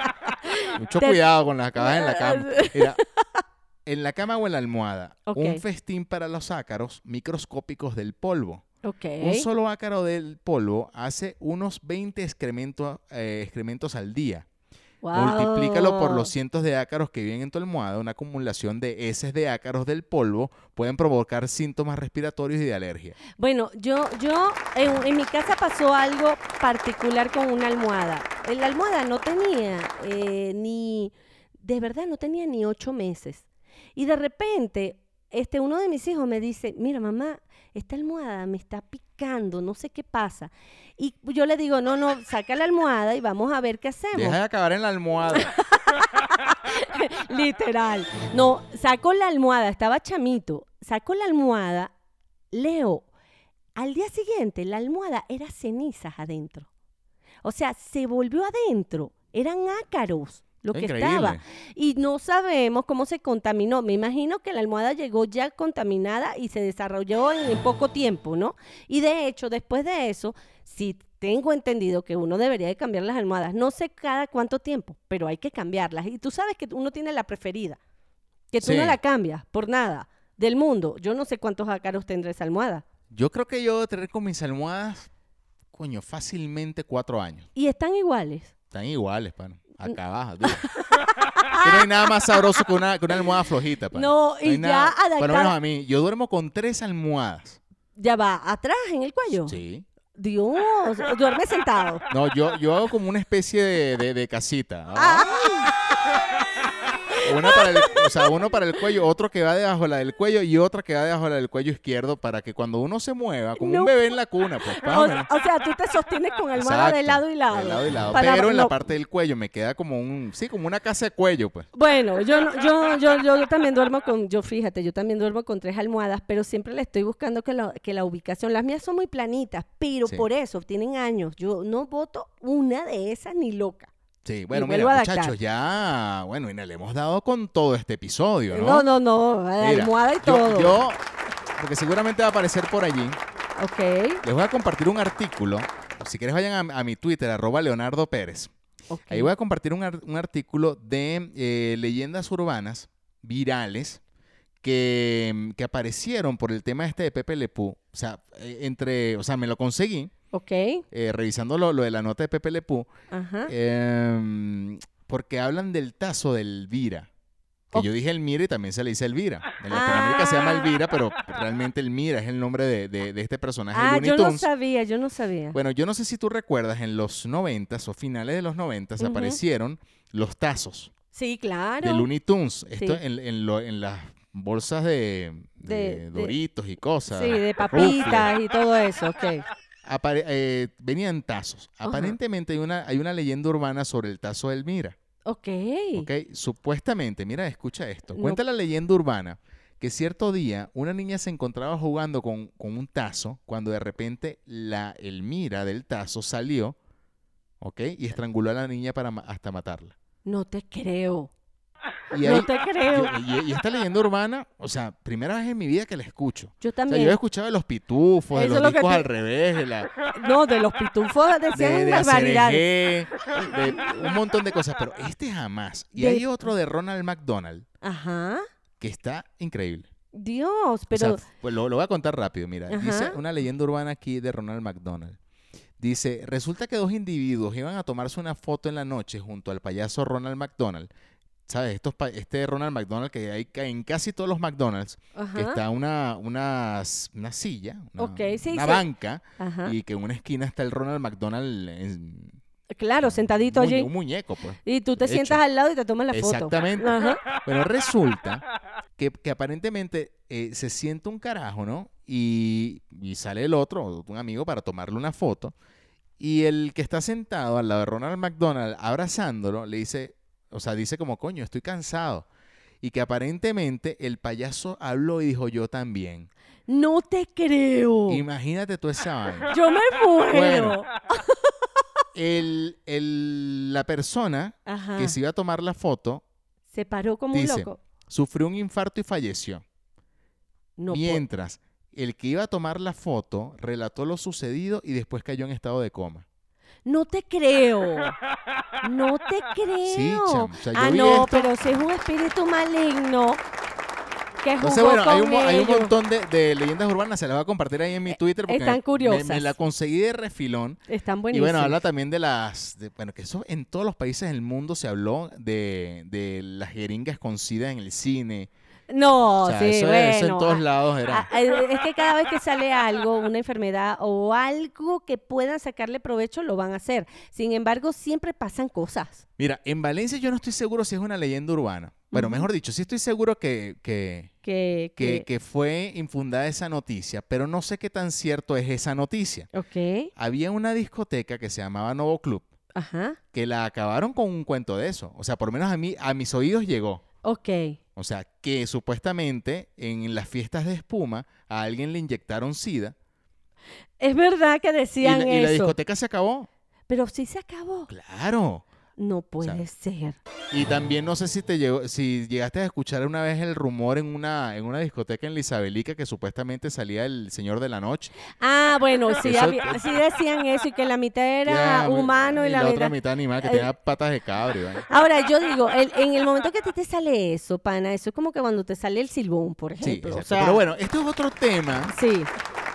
Speaker 1: Mucho
Speaker 2: Ter-
Speaker 1: cuidado con las acabadas en la cama. Mira, en la cama o en la almohada,
Speaker 2: Ok.
Speaker 1: un festín para los ácaros microscópicos del polvo.
Speaker 2: Ok.
Speaker 1: Un solo ácaro del polvo hace unos 20 excrementos, excrementos al día. Multiplícalo por
Speaker 2: Wow.
Speaker 1: los cientos de ácaros que viven en tu almohada. Una acumulación de heces de ácaros del polvo pueden provocar síntomas respiratorios y de alergia.
Speaker 2: Bueno, yo, yo en, en mi casa pasó algo particular con una almohada. Eh, La almohada no tenía eh, ni, de verdad no tenía ni ocho meses. Y de repente, este, uno de mis hijos me dice, mira mamá, esta almohada me está picando, no sé qué pasa. Y yo le digo, no, no, saca la almohada y vamos a ver qué hacemos.
Speaker 1: Deja de acabar en la almohada.
Speaker 2: Literal. No, sacó la almohada, estaba chamito, sacó la almohada, Leo, al día siguiente la almohada era cenizas adentro. O sea, se volvió adentro, eran ácaros lo que
Speaker 1: Increíble.
Speaker 2: estaba. Y no sabemos cómo se contaminó. Me imagino que la almohada llegó ya contaminada y se desarrolló en, en poco tiempo, ¿no? Y de hecho, después de eso, sí tengo entendido que uno debería de cambiar las almohadas. No sé cada cuánto tiempo, pero hay que cambiarlas. Y tú sabes que uno tiene la preferida, que tú no
Speaker 1: Sí.
Speaker 2: la cambias por nada del mundo. Yo no sé cuántos ácaros tendrá esa almohada.
Speaker 1: Yo creo que yo tener con mis almohadas, coño, fácilmente cuatro años.
Speaker 2: Y están iguales.
Speaker 1: Están iguales, pana. Acá abajo, digo. Que no hay nada más sabroso que una, que una almohada flojita, pana.
Speaker 2: No, y
Speaker 1: hay
Speaker 2: ya
Speaker 1: nada-
Speaker 2: adaptada-
Speaker 1: Por lo menos a mí. Yo duermo con tres almohadas.
Speaker 2: Ya va, atrás en el cuello.
Speaker 1: Sí.
Speaker 2: Dios, duerme sentado.
Speaker 1: No, yo, yo hago como una especie de, de- de casita.
Speaker 2: Ah.
Speaker 1: Ah, Una para el, o sea, uno para el cuello, otro que va debajo de la del cuello y otra que va debajo de la del cuello izquierdo para que cuando uno se mueva, como
Speaker 2: No.
Speaker 1: un bebé en la cuna, pues, más o
Speaker 2: O,
Speaker 1: menos.
Speaker 2: o sea, tú te sostienes con almohada de
Speaker 1: Exacto,
Speaker 2: lado y lado.
Speaker 1: de lado y lado.
Speaker 2: Para-
Speaker 1: Pero en la
Speaker 2: no.
Speaker 1: parte del cuello me queda como un, sí, como una casa de cuello, pues.
Speaker 2: Bueno, yo, no- yo, yo, yo, yo también duermo con, yo fíjate, yo también duermo con tres almohadas, pero siempre le estoy buscando que la, que la ubicación, las mías son muy planitas, pero
Speaker 1: Sí.
Speaker 2: por eso tienen años. Yo no voto una de esas ni loca.
Speaker 1: Sí, bueno,
Speaker 2: vuelvo a
Speaker 1: mira,
Speaker 2: adaptar.
Speaker 1: muchachos, ya, bueno, mira, le hemos dado con todo este episodio,
Speaker 2: No,
Speaker 1: ¿no?
Speaker 2: no, no, eh,
Speaker 1: Mira,
Speaker 2: almohada y
Speaker 1: yo-
Speaker 2: todo.
Speaker 1: Yo, porque seguramente va a aparecer por allí,
Speaker 2: Ok,
Speaker 1: les voy a compartir un artículo. Si quieres, vayan a, a mi Twitter, arroba Leonardo Pérez.
Speaker 2: ok.
Speaker 1: Ahí voy a compartir un, ar- un artículo de eh, leyendas urbanas virales que, que aparecieron por el tema este de Pepe Lepú. O sea, eh, entre, o sea, me lo conseguí
Speaker 2: Ok,
Speaker 1: eh, revisando lo, lo de la nota de Pepe Lepú,
Speaker 2: ajá.
Speaker 1: Eh, em, porque hablan del tazo de Elvira. Que
Speaker 2: Ok. Ah.
Speaker 1: yo dije Elmira y también se le dice Elvira. En Latinoamérica se llama Elvira, pero realmente Elmira es el nombre de, de- de este personaje. de
Speaker 2: Ah,
Speaker 1: Looney
Speaker 2: yo no
Speaker 1: Tunes.
Speaker 2: sabía, yo no sabía.
Speaker 1: Bueno, yo no sé si tú recuerdas, en los 90 o finales de los 90
Speaker 2: Ujú.
Speaker 1: aparecieron los tazos
Speaker 2: sí, claro.
Speaker 1: de Looney Tunes. Esto
Speaker 2: Sí.
Speaker 1: en, en lo- en las bolsas de, de
Speaker 2: De- de-
Speaker 1: doritos y cosas.
Speaker 2: Sí, de
Speaker 1: Ruffles.
Speaker 2: papitas y todo eso, ok.
Speaker 1: Apare- eh, venían tazos.
Speaker 2: Ajá.
Speaker 1: Aparentemente hay una, hay una leyenda urbana sobre el tazo de Elmira.
Speaker 2: Ok.
Speaker 1: ¿ok? Supuestamente, mira, escucha esto.
Speaker 2: No.
Speaker 1: Cuenta la leyenda urbana que cierto día una niña se encontraba jugando con, con un tazo cuando de repente la Elmira del tazo salió, ¿ok? Y estranguló a la niña para ma- hasta matarla.
Speaker 2: No te creo.
Speaker 1: Y,
Speaker 2: no
Speaker 1: ahí-
Speaker 2: te creo. Yo,
Speaker 1: y- y- y esta leyenda urbana, o sea, primera vez en mi vida que la escucho. O sea,
Speaker 2: también.
Speaker 1: yo he escuchado de los pitufos, de
Speaker 2: Eso es
Speaker 1: los
Speaker 2: lo que
Speaker 1: ricos
Speaker 2: te-
Speaker 1: al revés, de la...
Speaker 2: No, de los pitufos
Speaker 1: de,
Speaker 2: decían
Speaker 1: de
Speaker 2: barbaridades.
Speaker 1: ACDG, de un montón de cosas, pero este jamás. Y
Speaker 2: De-
Speaker 1: hay otro de Ronald McDonald
Speaker 2: Ajá.
Speaker 1: que está increíble.
Speaker 2: Dios,
Speaker 1: O sea,
Speaker 2: pero.
Speaker 1: pues lo, lo voy a contar rápido, mira. Dice
Speaker 2: Ajá.
Speaker 1: una leyenda urbana aquí de Ronald McDonald. Dice, resulta que dos individuos iban a tomarse una foto en la noche junto al payaso Ronald McDonald. ¿Sabes? Estos pa- este Ronald McDonald que hay ca- en casi todos los McDonald's,
Speaker 2: ajá.
Speaker 1: que está una, una, s- una silla, una,
Speaker 2: Ok, sí,
Speaker 1: una
Speaker 2: sí.
Speaker 1: banca,
Speaker 2: ajá.
Speaker 1: y que en una esquina está el Ronald McDonald en-
Speaker 2: Claro, sentadito
Speaker 1: muñe-
Speaker 2: allí.
Speaker 1: Un muñeco, pues.
Speaker 2: Y tú te
Speaker 1: hecho.
Speaker 2: sientas al lado y te tomas la foto.
Speaker 1: Exactamente.
Speaker 2: Ajá.
Speaker 1: Bueno, resulta que, que aparentemente eh, se siente un carajo, ¿no? Y, y sale el otro, un amigo, para tomarle una foto. Y el que está sentado al lado de Ronald McDonald, abrazándolo, le dice, o sea, dice como, coño, estoy cansado. Y que aparentemente el payaso habló y dijo, yo también.
Speaker 2: No te creo.
Speaker 1: Imagínate tú esa vaina.
Speaker 2: Yo me muero.
Speaker 1: Bueno. El, el- la persona
Speaker 2: Ajá.
Speaker 1: que se iba a tomar la foto
Speaker 2: Se paró como
Speaker 1: Dice,
Speaker 2: un loco.
Speaker 1: sufrió un infarto y falleció.
Speaker 2: No, po-
Speaker 1: Mientras, el que iba a tomar la foto relató lo sucedido y después cayó en estado de coma.
Speaker 2: no te creo. No te creo.
Speaker 1: chamo, o sea, yo
Speaker 2: ah,
Speaker 1: vi
Speaker 2: no,
Speaker 1: esto-
Speaker 2: pero si es un espíritu maligno que jugó
Speaker 1: Entonces, bueno, hay
Speaker 2: con
Speaker 1: un, mo- hay un
Speaker 2: ellos. Eh,
Speaker 1: montón de, de leyendas urbanas, se las voy a compartir ahí en mi Twitter. Porque
Speaker 2: están
Speaker 1: me-
Speaker 2: curiosas.
Speaker 1: Me, la conseguí de refilón.
Speaker 2: Están buenísimos.
Speaker 1: Y bueno, habla también de las... de- bueno, que eso en todos los países del mundo se habló de, de las jeringas con sida en el cine.
Speaker 2: No,
Speaker 1: o sea,
Speaker 2: Oh, sí,
Speaker 1: eso,
Speaker 2: bueno.
Speaker 1: eso en todos
Speaker 2: ah,
Speaker 1: lados era.
Speaker 2: Ah, eh, Es que cada vez que sale algo, una enfermedad o algo que puedan sacarle provecho, lo van a hacer. Sin embargo, siempre pasan cosas.
Speaker 1: Mira, en Valencia yo no estoy seguro si es una leyenda urbana. Bueno,
Speaker 2: Ujú.
Speaker 1: mejor dicho, sí estoy seguro que- que,
Speaker 2: Que,
Speaker 1: que,
Speaker 2: que,
Speaker 1: que fue infundada esa noticia, pero no sé qué tan cierto es esa noticia.
Speaker 2: Ok,
Speaker 1: Había una discoteca que se llamaba Novo Club
Speaker 2: ajá,
Speaker 1: que la acabaron con un cuento de eso. O sea, por lo menos a mí, a mis oídos llegó.
Speaker 2: ok.
Speaker 1: O sea, que supuestamente en las fiestas de espuma a alguien le inyectaron sida
Speaker 2: Es verdad que
Speaker 1: y la,
Speaker 2: decían
Speaker 1: y la
Speaker 2: eso.
Speaker 1: discoteca se acabó.
Speaker 2: Pero sí se acabó.
Speaker 1: Claro.
Speaker 2: No puede ser.
Speaker 1: Y también no sé si te llegó, si llegaste a escuchar una vez el rumor en una, en una discoteca en la Isabelica que supuestamente salía el señor de la noche.
Speaker 2: Ah, bueno, sí,
Speaker 1: Eso-
Speaker 2: había- sí decían eso y que la mitad
Speaker 1: Ya,
Speaker 2: era
Speaker 1: me-
Speaker 2: humano y, la,
Speaker 1: otra
Speaker 2: mitad-
Speaker 1: mitad animal que
Speaker 2: eh,
Speaker 1: tenía patas de cabrio.
Speaker 2: Ahora, yo digo, el- en el momento que a ti te sale eso, pana, eso es como que cuando te sale el silbón, por
Speaker 1: Sí,
Speaker 2: ejemplo. o
Speaker 1: exacto.
Speaker 2: sea,
Speaker 1: pero bueno, esto es otro tema
Speaker 2: Sí,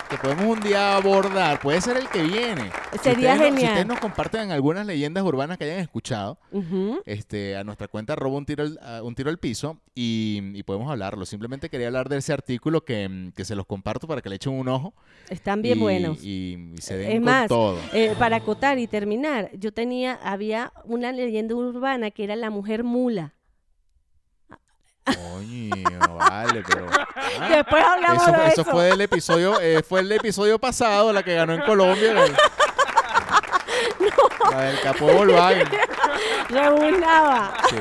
Speaker 1: que podemos un día abordar. Puede ser el que viene. Si
Speaker 2: Sería
Speaker 1: ustedes no- si
Speaker 2: genial.
Speaker 1: ustedes nos comparten algunas leyendas urbanas que hayan escuchado,
Speaker 2: ujú.
Speaker 1: este, a nuestra cuenta roba un tiro al, a- un tiro al piso y, y podemos hablarlo. Simplemente quería hablar de ese artículo que, mm, que se los comparto para que le echen un ojo.
Speaker 2: están bien
Speaker 1: y,
Speaker 2: buenos.
Speaker 1: Y, y se den
Speaker 2: Es
Speaker 1: con
Speaker 2: más,
Speaker 1: todo.
Speaker 2: eh, para acotar y terminar, yo tenía, había una leyenda urbana que era la mujer mula.
Speaker 1: Coño, vale, pero. ah,
Speaker 2: Después hablamos
Speaker 1: eso,
Speaker 2: de
Speaker 1: eso
Speaker 2: eso.
Speaker 1: fue el episodio, eh, fue el episodio pasado, la que ganó en Colombia. La, la del Capó Volkswagen.
Speaker 2: Rebunaba.
Speaker 1: Sí.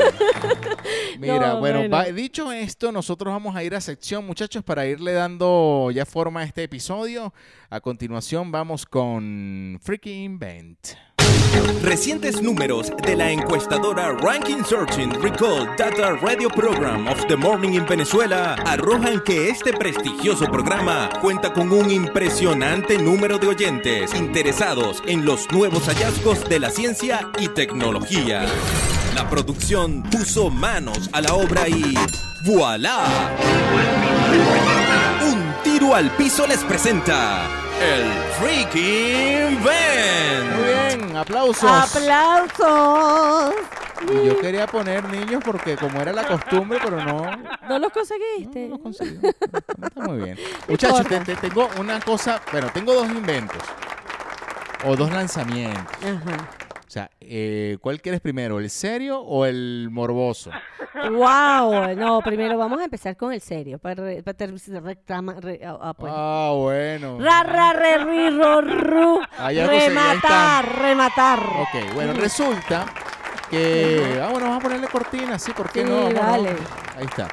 Speaker 1: Mira,
Speaker 2: No,
Speaker 1: bueno,
Speaker 2: bueno.
Speaker 1: va- dicho esto, nosotros vamos a ir a sección, muchachos, para irle dando ya forma a este episodio. A continuación vamos con Freaky Invent.
Speaker 5: Recientes números de la encuestadora Ranking Searching Recall Data Radio Program of the Morning in Venezuela arrojan que este prestigioso programa cuenta con un impresionante número de oyentes interesados en los nuevos hallazgos de la ciencia y tecnología. La producción puso manos a la obra y ¡voilà! Un tiro al piso les presenta el Freaking
Speaker 1: Muy
Speaker 5: Band.
Speaker 1: bien, aplausos.
Speaker 2: ¡Aplausos!
Speaker 1: Y yo quería poner niños porque como era la costumbre, pero no, no,
Speaker 2: ¿No
Speaker 1: no
Speaker 2: los conseguiste?
Speaker 1: los conseguí. No, no está muy bien. Muchachos, te- te- tengo una cosa, bueno, tengo dos inventos o dos lanzamientos.
Speaker 2: Ajá.
Speaker 1: O sea, eh, ¿cuál quieres primero, el serio o el morboso?
Speaker 2: ¡Wow! No, primero vamos a empezar con el serio. Para, re- para ter- reclama- re- ah, ah, pues.
Speaker 1: Ah, bueno.
Speaker 2: Ra, ra, re, ri, ro, ru.
Speaker 1: Ahí Ah, ya conseguí, ahí está.
Speaker 2: Rematar, rematar.
Speaker 1: Ok, bueno,
Speaker 2: Mm.
Speaker 1: resulta que. Ah, bueno, vamos a ponerle cortina, sí, ¿por qué
Speaker 2: Sí,
Speaker 1: no? Vamos,
Speaker 2: dale.
Speaker 1: vamos. Ahí está.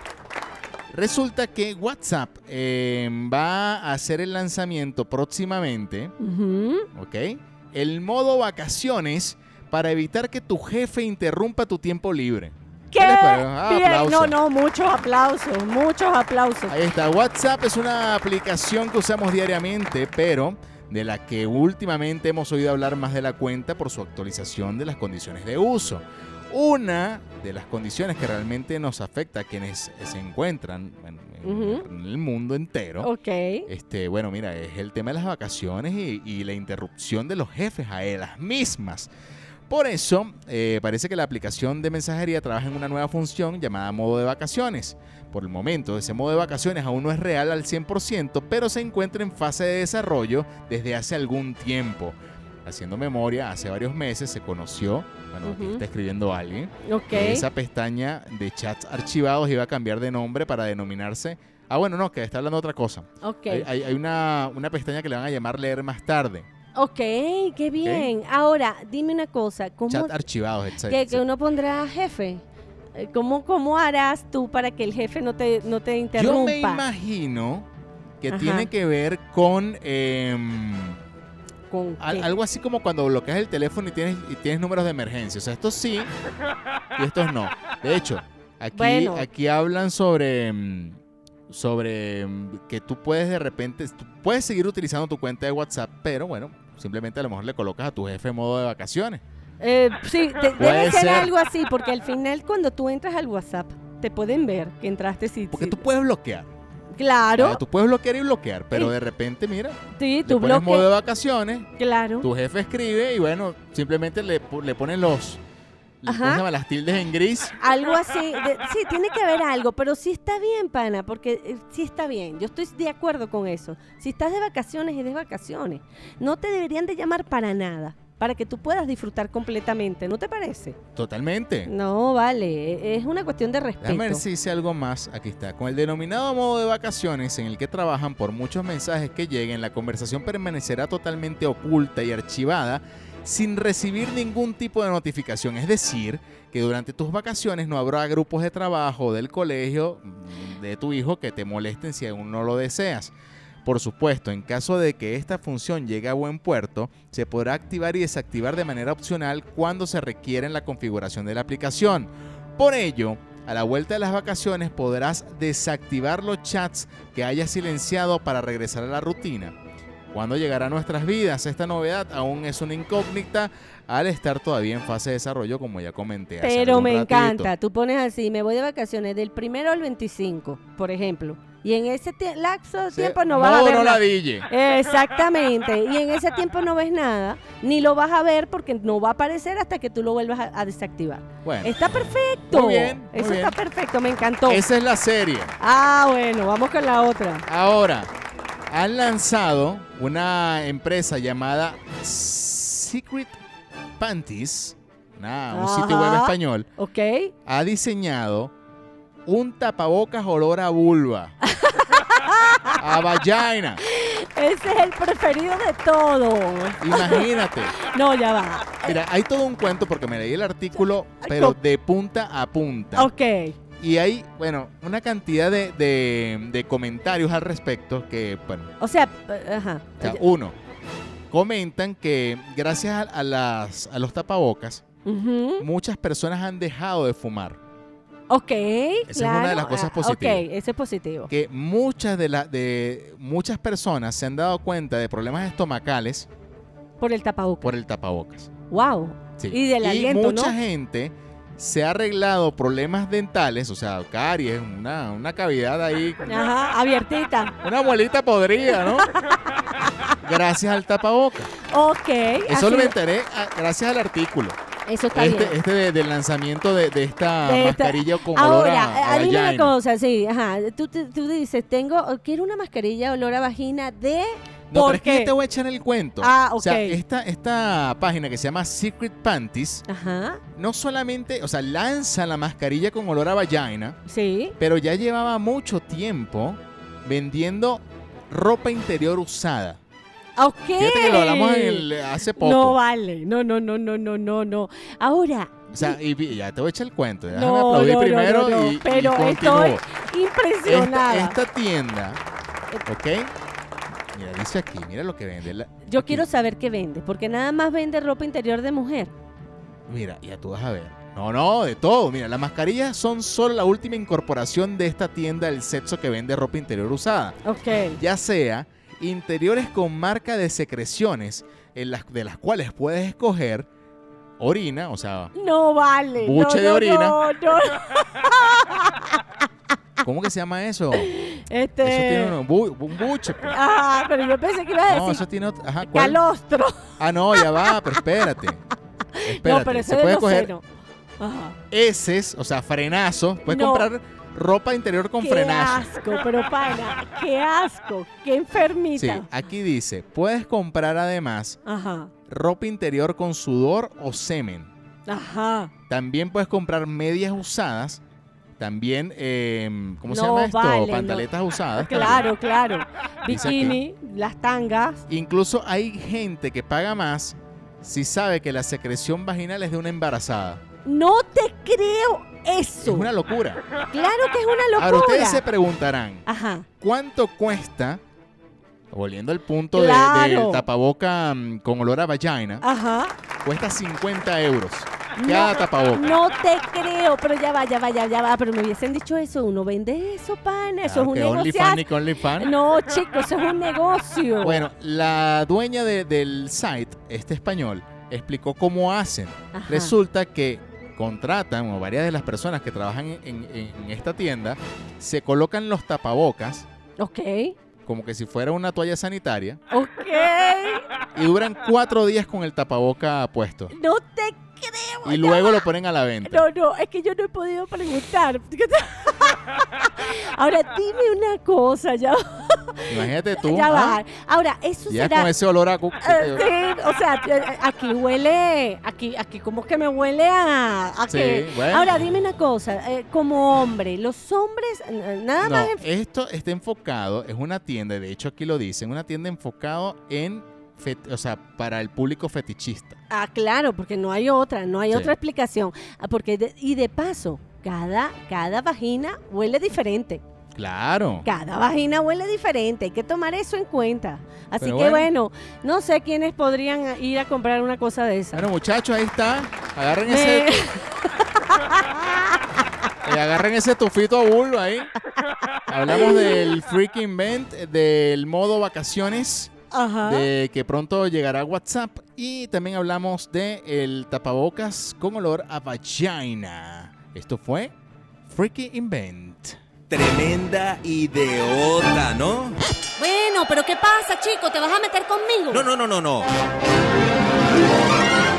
Speaker 1: Resulta que WhatsApp eh, va a hacer el lanzamiento próximamente,
Speaker 2: Ujú.
Speaker 1: ¿ok? El modo vacaciones para evitar que tu jefe interrumpa tu tiempo libre.
Speaker 2: ¡Qué
Speaker 1: les parece? Ah,
Speaker 2: bien! No,
Speaker 1: aplauso.
Speaker 2: no, muchos aplausos, muchos aplausos.
Speaker 1: Ahí está. WhatsApp es una aplicación que usamos diariamente, pero de la que últimamente hemos oído hablar más de la cuenta por su actualización de las condiciones de uso. Una de las condiciones que realmente nos afecta a quienes se encuentran en, en-
Speaker 2: Ujú.
Speaker 1: en el mundo entero.
Speaker 2: Ok.
Speaker 1: Este, bueno, mira, es el tema de las vacaciones y, y la interrupción de los jefes a ellas mismas. Por eso, eh, parece que la aplicación de mensajería trabaja en una nueva función llamada modo de vacaciones. Por el momento, ese modo de vacaciones aún no es real al 100%, pero se encuentra en fase de desarrollo desde hace algún tiempo. Haciendo memoria, hace varios meses se conoció, bueno, aquí
Speaker 2: Ujú.
Speaker 1: está escribiendo alguien,
Speaker 2: Ok.
Speaker 1: que esa pestaña de chats archivados iba a cambiar de nombre para denominarse... Ah, bueno, no, que está hablando de otra cosa.
Speaker 2: Ok.
Speaker 1: Hay, hay- hay una, una pestaña que le van a llamar leer más tarde.
Speaker 2: Ok, qué bien. Ahora, dime una cosa, ¿cómo
Speaker 1: Chat ah, archivados, etc.
Speaker 2: que, que uno pondrá jefe? Eh, ¿Cómo, ¿Cómo harás tú para que el jefe no te, no te interrumpa?
Speaker 1: Yo me imagino que
Speaker 2: Ajá.
Speaker 1: tiene que ver con em,
Speaker 2: ¿Con
Speaker 1: al-
Speaker 2: qué?
Speaker 1: algo así como cuando bloqueas el teléfono y tienes, y tienes números de emergencia. O sea, estos sí y estos no. De hecho, aquí,
Speaker 2: Bueno.
Speaker 1: aquí hablan sobre... em, sobre em, que tú puedes de repente, tú puedes seguir utilizando tu cuenta de WhatsApp, pero bueno, simplemente a lo mejor le colocas a tu jefe modo de vacaciones.
Speaker 2: Eh, sí, de- debe
Speaker 1: Puede
Speaker 2: ser,
Speaker 1: ser.
Speaker 2: algo así, porque al final cuando tú entras al WhatsApp, te pueden ver que entraste sí.
Speaker 1: Porque
Speaker 2: sí.
Speaker 1: tú puedes bloquear.
Speaker 2: Claro,
Speaker 1: Ah, tú puedes bloquear y bloquear, pero
Speaker 2: Sí.
Speaker 1: de repente, mira,
Speaker 2: sí,
Speaker 1: le
Speaker 2: tú
Speaker 1: pones modo de
Speaker 2: bloqueas.
Speaker 1: vacaciones,
Speaker 2: Claro.
Speaker 1: tu jefe escribe y bueno, simplemente le, po- le ponen los le- ¿cómo se
Speaker 2: Ajá.
Speaker 1: llama? las tildes en gris.
Speaker 2: Algo así, de- sí, tiene que haber algo, pero sí está bien, pana, porque eh, sí está bien, yo estoy de acuerdo con eso. Si estás de vacaciones, es de vacaciones. No te deberían de llamar para nada, para que tú puedas disfrutar completamente, ¿no te parece?
Speaker 1: Totalmente.
Speaker 2: No, vale, e- es una cuestión de respeto.
Speaker 1: Déjame ver si hice algo más. Aquí está. Con el denominado modo de vacaciones en el que trabajan por muchos mensajes que lleguen, la conversación permanecerá totalmente oculta y archivada sin recibir ningún tipo de notificación. Es decir, que durante tus vacaciones no habrá grupos de trabajo del colegio mm, de tu hijo que te molesten si aún no lo deseas. Por supuesto, en caso de que esta función llegue a buen puerto, se podrá activar y desactivar de manera opcional cuando se requiera en la configuración de la aplicación. Por ello, a la vuelta de las vacaciones podrás desactivar los chats que hayas silenciado para regresar a la rutina. ¿Cuándo llegará a nuestras vidas? Esta novedad aún es una incógnita al estar todavía en fase de desarrollo, como ya comenté. hace
Speaker 2: Pero
Speaker 1: algún
Speaker 2: me
Speaker 1: ratito.
Speaker 2: encanta, tú pones así, me voy de vacaciones del primero al 25, por ejemplo, y en ese tie- lapso de
Speaker 1: Sí,
Speaker 2: tiempo no vas a
Speaker 1: modo
Speaker 2: ver
Speaker 1: no
Speaker 2: nada.
Speaker 1: ladille.
Speaker 2: Exactamente. Y en ese tiempo no ves nada, ni lo vas a ver porque no va a aparecer hasta que tú lo vuelvas a, a desactivar.
Speaker 1: Bueno,
Speaker 2: Está perfecto.
Speaker 1: Muy bien, muy
Speaker 2: Eso
Speaker 1: bien.
Speaker 2: está perfecto, me encantó.
Speaker 1: esa es la serie.
Speaker 2: Ah, bueno, vamos con la otra.
Speaker 1: Ahora, han lanzado una empresa llamada Secret Panties, una- un sitio web
Speaker 2: Ajá.
Speaker 1: español,
Speaker 2: ¿Ok?
Speaker 1: ha diseñado un tapabocas olor a vulva. A vagina,
Speaker 2: Ese es el preferido de todos.
Speaker 1: imagínate.
Speaker 2: No, ya va.
Speaker 1: Mira, hay todo un cuento porque me leí el artículo, pero de punta a punta.
Speaker 2: Ok.
Speaker 1: Y hay, bueno, una cantidad de, de- de comentarios al respecto que, bueno,
Speaker 2: O sea, eh, ajá.
Speaker 1: o sea, uno, comentan que gracias a, a las, a los tapabocas,
Speaker 2: Ujú.
Speaker 1: muchas personas han dejado de fumar.
Speaker 2: Ok.
Speaker 1: es una de
Speaker 2: claro.
Speaker 1: las cosas
Speaker 2: Ah, Ok,
Speaker 1: positivas.
Speaker 2: eso es positivo.
Speaker 1: Que muchas de las de muchas personas se han dado cuenta de problemas estomacales
Speaker 2: Por el tapabocas.
Speaker 1: por el tapabocas.
Speaker 2: Wow.
Speaker 1: Sí.
Speaker 2: Y del aliento,
Speaker 1: mucha
Speaker 2: ¿no?
Speaker 1: gente se ha arreglado problemas dentales, o sea, caries, una, una cavidad ahí,
Speaker 2: Ajá, abiertita.
Speaker 1: una muelita podrida, ¿no? gracias al tapabocas.
Speaker 2: Ok.
Speaker 1: Eso
Speaker 2: así-
Speaker 1: lo me enteré a- gracias al artículo.
Speaker 2: Eso está bien.
Speaker 1: Este, este de- del lanzamiento de, de esta
Speaker 2: De esta-
Speaker 1: mascarilla con olor
Speaker 2: Ahora,
Speaker 1: a, a
Speaker 2: eh, adivina una
Speaker 1: vagina.
Speaker 2: cosa, sí, ajá. Tú, te- tú dices, tengo, oh, quiero una mascarilla olor a vagina de.
Speaker 1: No,
Speaker 2: ¿Por
Speaker 1: pero es que
Speaker 2: qué?
Speaker 1: yo te voy a echar el cuento.
Speaker 2: Ah,
Speaker 1: O sea,
Speaker 2: ok.
Speaker 1: esta, esta página que se llama Secret Panties
Speaker 2: Ajá,
Speaker 1: no solamente, o sea, lanza la mascarilla con olor a vagina,
Speaker 2: sí.
Speaker 1: pero ya llevaba mucho tiempo vendiendo ropa interior usada.
Speaker 2: "Ah, Ok.
Speaker 1: Fíjate que lo hablamos en el- hace poco.
Speaker 2: No vale, no, no, no, no, no, no, no. Ahora,
Speaker 1: O sea, y vi- ya te voy a echar el cuento. Déjame
Speaker 2: No,
Speaker 1: aplaudir
Speaker 2: no, no,
Speaker 1: primero
Speaker 2: no, no,
Speaker 1: y, y
Speaker 2: pero
Speaker 1: continúo.
Speaker 2: estoy impresionada.
Speaker 1: Esta, esta tienda, ¿ok? Mira, dice aquí, mira lo que vende. la-
Speaker 2: Yo quiero saber qué vende, porque nada más vende ropa interior de mujer.
Speaker 1: Mira, ya tú vas a ver. No, no, de todo. Mira, las mascarillas son solo la última incorporación de esta tienda del sexo que vende ropa interior usada.
Speaker 2: Ok.
Speaker 1: Ya sea interiores con marca de secreciones en las, de las cuales puedes escoger orina, o sea,
Speaker 2: No vale. no,
Speaker 1: Buche de
Speaker 2: no,
Speaker 1: orina.
Speaker 2: No, no.
Speaker 1: ¿cómo que se llama eso?
Speaker 2: Este.
Speaker 1: Eso tiene un, bu- un buche. pues.
Speaker 2: Ajá, pero yo pensé que iba a
Speaker 1: No,
Speaker 2: decir
Speaker 1: eso tiene otro. Ajá, ¿cuál?
Speaker 2: calostro.
Speaker 1: Ah, no, ya va, pero espérate. Espérate,
Speaker 2: no, pero eso
Speaker 1: se
Speaker 2: de
Speaker 1: puede
Speaker 2: los
Speaker 1: coger
Speaker 2: senos. Ajá.
Speaker 1: heces, o sea, frenazos. Puedes
Speaker 2: No.
Speaker 1: comprar ropa interior con
Speaker 2: qué
Speaker 1: frenazos.
Speaker 2: asco, pero pana, qué asco, qué enfermita.
Speaker 1: Sí, aquí dice, puedes comprar además
Speaker 2: Ajá,
Speaker 1: ropa interior con sudor o semen.
Speaker 2: ajá.
Speaker 1: También puedes comprar medias usadas. También, em, ¿cómo se
Speaker 2: No
Speaker 1: llama esto?
Speaker 2: vale, no.
Speaker 1: Pantaletas usadas. también.
Speaker 2: Claro, claro.
Speaker 1: Dice aquí.
Speaker 2: Bikini, las tangas.
Speaker 1: Incluso hay gente que paga más si sabe que la secreción vaginal es de una embarazada.
Speaker 2: No te creo
Speaker 1: Es
Speaker 2: eso.
Speaker 1: una locura.
Speaker 2: Claro que es una
Speaker 1: Ahora
Speaker 2: locura.
Speaker 1: ustedes se preguntarán,
Speaker 2: Ajá.
Speaker 1: ¿cuánto cuesta? Volviendo al punto de-
Speaker 2: Claro.
Speaker 1: del tapaboca mm, con olor a vagina,
Speaker 2: Ajá.
Speaker 1: cuesta 50 euros cada
Speaker 2: no,
Speaker 1: tapaboca.
Speaker 2: No te creo, pero ya va, ya va, ya, ya va. Pero me hubiesen dicho eso. Uno vende eso, pana. Eso
Speaker 1: Claro que
Speaker 2: es un
Speaker 1: OnlyFans
Speaker 2: negocio.
Speaker 1: ni con OnlyFans.
Speaker 2: No, chicos, eso es un negocio.
Speaker 1: Bueno, la dueña de- del site, este español, explicó cómo hacen.
Speaker 2: Ajá.
Speaker 1: Resulta que contratan, o varias de las personas que trabajan en, en- en esta tienda, se colocan los tapabocas,
Speaker 2: Ok,
Speaker 1: como que si fuera una toalla sanitaria,
Speaker 2: ok.
Speaker 1: y duran cuatro días con el tapaboca puesto.
Speaker 2: No te
Speaker 1: Y luego lo ponen a la venta.
Speaker 2: No, no, es que yo no he podido preguntar. Ahora, dime una cosa, ya,
Speaker 1: Imagínate tú.
Speaker 2: ya
Speaker 1: ¿ah?
Speaker 2: va. Ahora, eso
Speaker 1: Ya
Speaker 2: será...
Speaker 1: con ese olor a... cu-
Speaker 2: Eh, sí, o sea, eh, aquí huele, aquí, aquí como que me huele a... a
Speaker 1: Sí,
Speaker 2: que-
Speaker 1: bueno.
Speaker 2: Ahora, dime una cosa, eh, como hombre, los hombres, eh, nada
Speaker 1: No,
Speaker 2: más... en-
Speaker 1: esto está enfocado, es una tienda, de hecho aquí lo dicen, una tienda enfocado en, fet- o sea, para el público fetichista.
Speaker 2: Ah, claro, porque no hay otra, no hay
Speaker 1: Sí.
Speaker 2: otra explicación. Ah, Porque de- y de paso, cada, cada vagina huele diferente.
Speaker 1: Claro.
Speaker 2: Cada vagina huele diferente, hay que tomar eso en cuenta. Así
Speaker 1: Pero
Speaker 2: que
Speaker 1: bueno.
Speaker 2: bueno, no sé quiénes podrían ir a comprar una cosa de esa.
Speaker 1: Bueno, muchachos, ahí está. Agarren ese,
Speaker 2: Me-
Speaker 1: eh, agarren ese tufito a bulbo ahí. Hablamos del Freak Invent, del modo vacaciones,
Speaker 2: Ajá.
Speaker 1: de que pronto llegará WhatsApp y también hablamos de el tapabocas con olor a vagina. Esto fue Freaky Invent.
Speaker 5: Tremenda idiota, ¿no?
Speaker 6: Bueno, pero ¿qué pasa, chico? ¿Te vas a meter conmigo?
Speaker 5: No, no, no, no, no.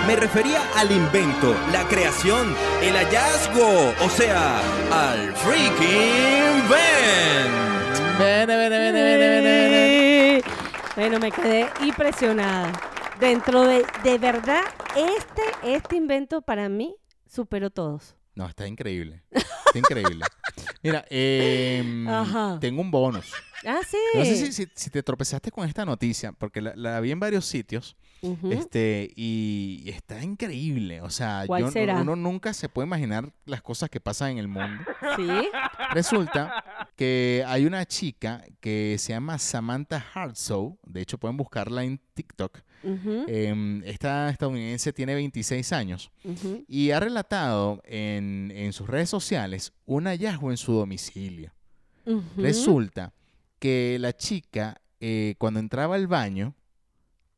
Speaker 5: Me refería al invento, la creación, el hallazgo, o sea, al freaking invent.
Speaker 1: Vene, vene, vene, vene, vene, vene.
Speaker 2: Sí. Bueno, me quedé impresionada. Dentro de, de verdad, este, este invento para mí superó todos.
Speaker 1: No, está increíble. Está increíble. Mira, em,
Speaker 2: Ajá.
Speaker 1: tengo un bonus.
Speaker 2: Ah, sí.
Speaker 1: No sé si, si- si te tropezaste con esta noticia, porque la, la vi en varios sitios,
Speaker 2: Ujú.
Speaker 1: este, y, y está increíble. O sea,
Speaker 2: ¿Cuál
Speaker 1: yo-
Speaker 2: será?
Speaker 1: uno nunca se puede imaginar las cosas que pasan en el mundo.
Speaker 2: Sí.
Speaker 1: Resulta que hay una chica que se llama Samantha Hartsoe, de hecho pueden buscarla en TikTok.
Speaker 2: Ujú,
Speaker 1: Em, esta estadounidense tiene 26 años
Speaker 2: ujú.
Speaker 1: y ha relatado en, en sus redes sociales un hallazgo en su domicilio.
Speaker 2: Ujú.
Speaker 1: Resulta que la chica, eh, cuando entraba al baño,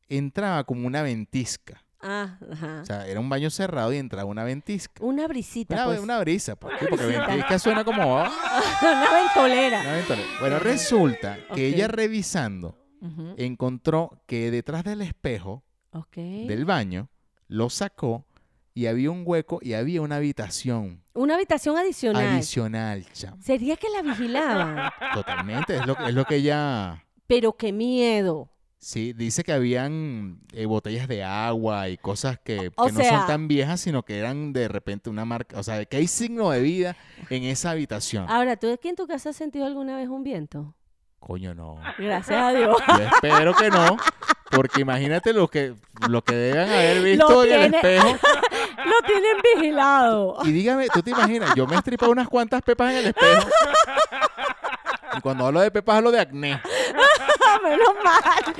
Speaker 1: entraba como una ventisca.
Speaker 2: Ah, ajá.
Speaker 1: O sea, era un baño cerrado y entraba una ventisca.
Speaker 2: una brisita,
Speaker 1: Una,
Speaker 2: pues.
Speaker 1: una brisa, ¿por qué? porque
Speaker 2: brisita.
Speaker 1: ventisca suena como... "Ah",
Speaker 2: Una ventolera.
Speaker 1: una ventolera. Bueno, resulta que
Speaker 2: Ok.
Speaker 1: ella revisando
Speaker 2: Ujú.
Speaker 1: encontró que detrás del espejo
Speaker 2: Ok.
Speaker 1: del baño lo sacó y había un hueco y había una habitación
Speaker 2: Una habitación adicional.
Speaker 1: adicional, chamo.
Speaker 2: Sería que la vigilaban.
Speaker 1: Totalmente, es lo, es lo que ella...
Speaker 2: Pero qué miedo.
Speaker 1: Sí, dice que habían eh, botellas de agua y cosas que,
Speaker 2: O
Speaker 1: que no son
Speaker 2: sea-
Speaker 1: tan viejas, sino que eran de repente una marca, o sea, que hay signo de vida en esa habitación.
Speaker 2: Ahora, ¿tú aquí en tu casa has sentido alguna vez un viento?
Speaker 1: Coño, no.
Speaker 2: Gracias a Dios.
Speaker 1: Yo espero que no, porque imagínate lo que, lo que deben haber visto
Speaker 2: Lo
Speaker 1: en el
Speaker 2: tiene-
Speaker 1: espejo.
Speaker 2: Lo tienen vigilado.
Speaker 1: Y dígame, ¿tú te imaginas? Yo me estripé unas cuantas pepas en el espejo. Y cuando hablo de pepas, hablo de acné,
Speaker 2: Menos mal.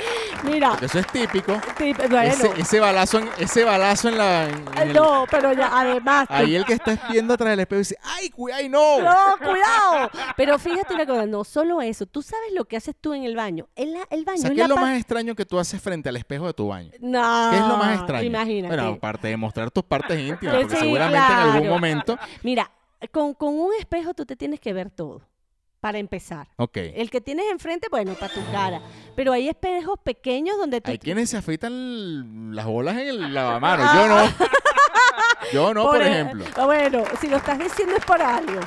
Speaker 2: Mira,
Speaker 1: porque eso es típico.
Speaker 2: sí, bueno.
Speaker 1: Ese, ese balazo en, ese balazo en la... en- en el-
Speaker 2: No, pero ya, además.
Speaker 1: Ahí el que está viendo atrás del espejo dice, ¡ay, cuidado, ay, no!
Speaker 2: No, cuidado. Pero fíjate una cosa, no solo eso. Tú sabes lo que haces tú en el baño. El, la- el baño
Speaker 1: O sea,
Speaker 2: es
Speaker 1: ¿qué
Speaker 2: la
Speaker 1: es lo
Speaker 2: pa-
Speaker 1: más extraño que tú haces frente al espejo de tu baño?
Speaker 2: No.
Speaker 1: ¿Qué es lo más extraño?
Speaker 2: Imagínate.
Speaker 1: Bueno, aparte de mostrar tus partes íntimas,
Speaker 2: Que
Speaker 1: porque
Speaker 2: sí,
Speaker 1: seguramente en algún
Speaker 2: claro.
Speaker 1: momento...
Speaker 2: Mira, con, con un espejo tú te tienes que ver todo. Para empezar.
Speaker 1: Ok.
Speaker 2: El que tienes enfrente, bueno, para tu cara. Pero hay espejos pequeños donde tú.
Speaker 1: Hay quienes se afeitan l- las bolas en el lavamanos. Yo no. Yo no, por
Speaker 2: Ah. e-
Speaker 1: ejemplo.
Speaker 2: Bueno, si lo estás diciendo es por algo.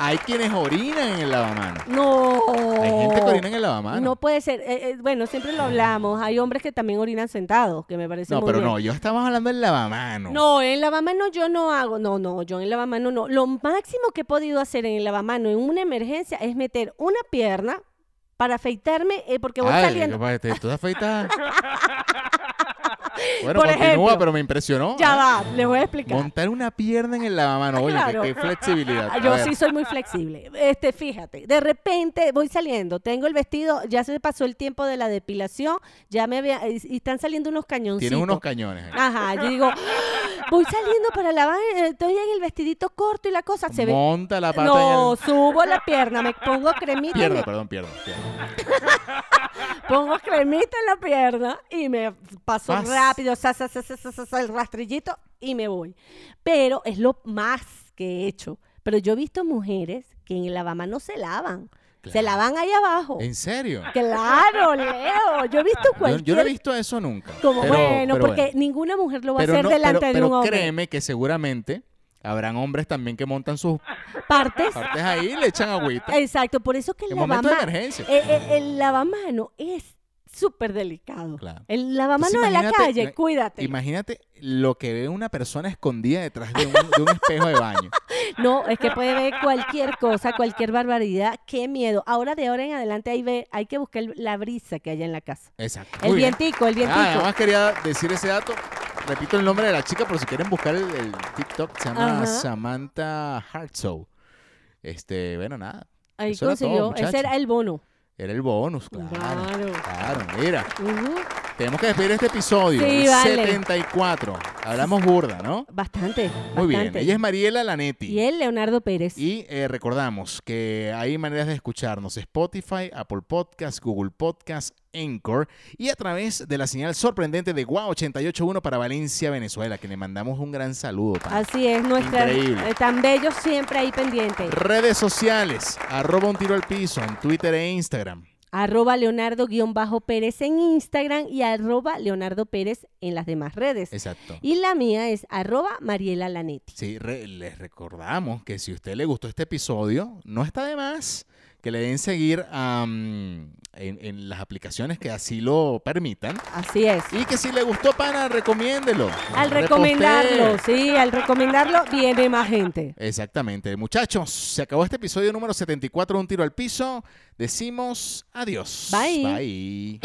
Speaker 1: Hay quienes orinan en el lavamanos.
Speaker 2: No.
Speaker 1: Hay gente que orina en el lavamanos.
Speaker 2: No puede ser. Eh, eh, bueno, siempre lo hablamos. Hay hombres que también orinan sentados, que me parece
Speaker 1: No,
Speaker 2: muy
Speaker 1: pero
Speaker 2: bien.
Speaker 1: no, yo estaba hablando del lavamanos.
Speaker 2: No, en lavamanos yo no hago. No, no, yo en lavamanos no. Lo máximo que he podido hacer en el lavamanos en una emergencia es meter una pierna para afeitarme eh, porque voy
Speaker 1: Ay,
Speaker 2: saliendo.
Speaker 1: capaz, te- tú te afeitas. bueno,
Speaker 2: Por
Speaker 1: continúa,
Speaker 2: ejemplo.
Speaker 1: pero me impresionó. Ah,
Speaker 2: Ya va, les voy a explicar.
Speaker 1: Montar una pierna en el lavamanos. Oye,
Speaker 2: Claro. Ah,
Speaker 1: qué, qué flexibilidad. A
Speaker 2: Yo
Speaker 1: ver.
Speaker 2: sí soy muy flexible. Este, fíjate, de repente voy saliendo, tengo el vestido, ya se pasó el tiempo de la depilación, ya me había, y y están saliendo unos cañoncitos.
Speaker 1: Tienes unos cañones. eh. ahí.
Speaker 2: Ajá, yo digo, voy saliendo para lavar, eh, estoy en el vestidito corto y la cosa se ve.
Speaker 1: Monta la pata
Speaker 2: No,
Speaker 1: en
Speaker 2: subo la pierna, me pongo cremita,
Speaker 1: el...
Speaker 2: y
Speaker 1: Pierna,
Speaker 2: me-
Speaker 1: perdón, pierna. pierna.
Speaker 2: pongo cremita en la pierna y me paso
Speaker 1: Vas.
Speaker 2: rápido, sa, sa, sa, sa, sa, sa, sa, el rastrillito y me voy. Pero es lo más que he hecho. Pero yo he visto mujeres que en el lavamanos se lavan. Se
Speaker 1: Claro.
Speaker 2: lavan ahí abajo.
Speaker 1: ¿En serio?
Speaker 2: Claro, Leo. Yo he visto
Speaker 1: Yo,
Speaker 2: cualquier...
Speaker 1: yo no he visto eso nunca.
Speaker 2: Como,
Speaker 1: pero-
Speaker 2: bueno,
Speaker 1: pero
Speaker 2: porque
Speaker 1: bueno.
Speaker 2: ninguna mujer lo va
Speaker 1: Pero
Speaker 2: a hacer
Speaker 1: no-
Speaker 2: delante
Speaker 1: pero-
Speaker 2: de un
Speaker 1: pero
Speaker 2: hombre.
Speaker 1: créeme que seguramente habrán hombres también que montan sus
Speaker 2: Partes.
Speaker 1: partes ahí y le echan agüita.
Speaker 2: Exacto, por eso que el
Speaker 1: En momento de
Speaker 2: lavamano,
Speaker 1: emergencia.
Speaker 2: el lavamano es súper delicado.
Speaker 1: Claro.
Speaker 2: El lavamano
Speaker 1: Entonces,
Speaker 2: de la
Speaker 1: imagínate- eh,
Speaker 2: calle,
Speaker 1: ima-
Speaker 2: cuídate.
Speaker 1: Imagínate lo que ve una persona escondida detrás de un, de un espejo de baño.
Speaker 2: No, es que puede ver cualquier cosa, cualquier barbaridad. Qué miedo. Ahora de ahora en adelante ahí ve, hay que buscar la brisa que haya en la casa.
Speaker 1: Exacto.
Speaker 2: El
Speaker 1: Muy bien.
Speaker 2: vientico, el vientico.
Speaker 1: Ah, además quería decir ese dato. Repito el nombre de la chica por si quieren buscar el, el TikTok. Se llama
Speaker 2: Ajá.
Speaker 1: Samantha Hartsoe. Este, bueno, nada.
Speaker 2: ahí
Speaker 1: eso era todo,
Speaker 2: consiguió.
Speaker 1: muchacho.
Speaker 2: Ese era el bono.
Speaker 1: Era el bonus, claro.
Speaker 2: Claro.
Speaker 1: Claro. mira.
Speaker 2: Ujú.
Speaker 1: Tenemos que despedir este episodio.
Speaker 2: Sí,
Speaker 1: el
Speaker 2: vale.
Speaker 1: 74. Hablamos burda, ¿no?
Speaker 2: Bastante.
Speaker 1: Muy bien.
Speaker 2: bastante.
Speaker 1: Ella es Mariela Lanetti.
Speaker 2: Y él, Leonardo Pérez.
Speaker 1: Y eh, recordamos que hay maneras de escucharnos: Spotify, Apple Podcast, Google Podcast, Anchor y a través de la señal sorprendente de Guau 881 para Valencia, Venezuela, que le mandamos un gran saludo. pana.
Speaker 2: Así es, nuestra,
Speaker 1: Increíble.
Speaker 2: eh, tan bello siempre ahí pendiente.
Speaker 1: Redes sociales: arroba un tiro al piso en Twitter e Instagram.
Speaker 2: Arroba Leonardo-Pérez en Instagram y arroba Leonardo Pérez en las demás redes.
Speaker 1: Exacto.
Speaker 2: Y la mía es arroba Mariela Lanetti.
Speaker 1: Sí, re- les recordamos que si a usted le gustó este episodio, no está de más que le den seguir a, mm, en, en las aplicaciones que así lo permitan.
Speaker 2: Así es.
Speaker 1: Y que si le gustó, pana, recomiéndelo.
Speaker 2: Al
Speaker 1: Repostee.
Speaker 2: recomendarlo, sí, al recomendarlo viene más gente.
Speaker 1: Exactamente. Muchachos, se acabó este episodio número 74 de Un Tiro al Piso. Decimos adiós.
Speaker 2: Bye.
Speaker 1: Bye.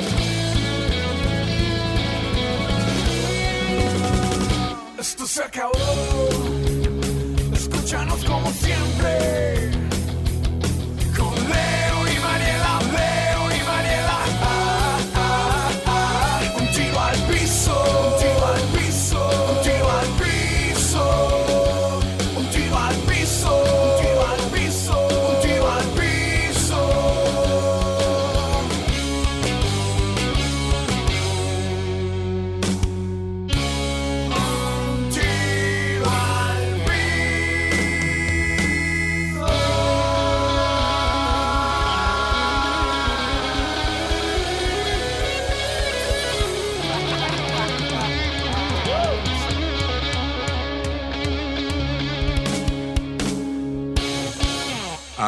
Speaker 7: Esto se acabó. Escúchanos como siempre. Con Leo y Mariela, Leo y Mariela. Ah, ah, ah. Un tiro al piso. Un tiro al piso. Un tiro al piso. Un tiro al piso. Un tiro al piso. Un tiro al piso. Un tiro al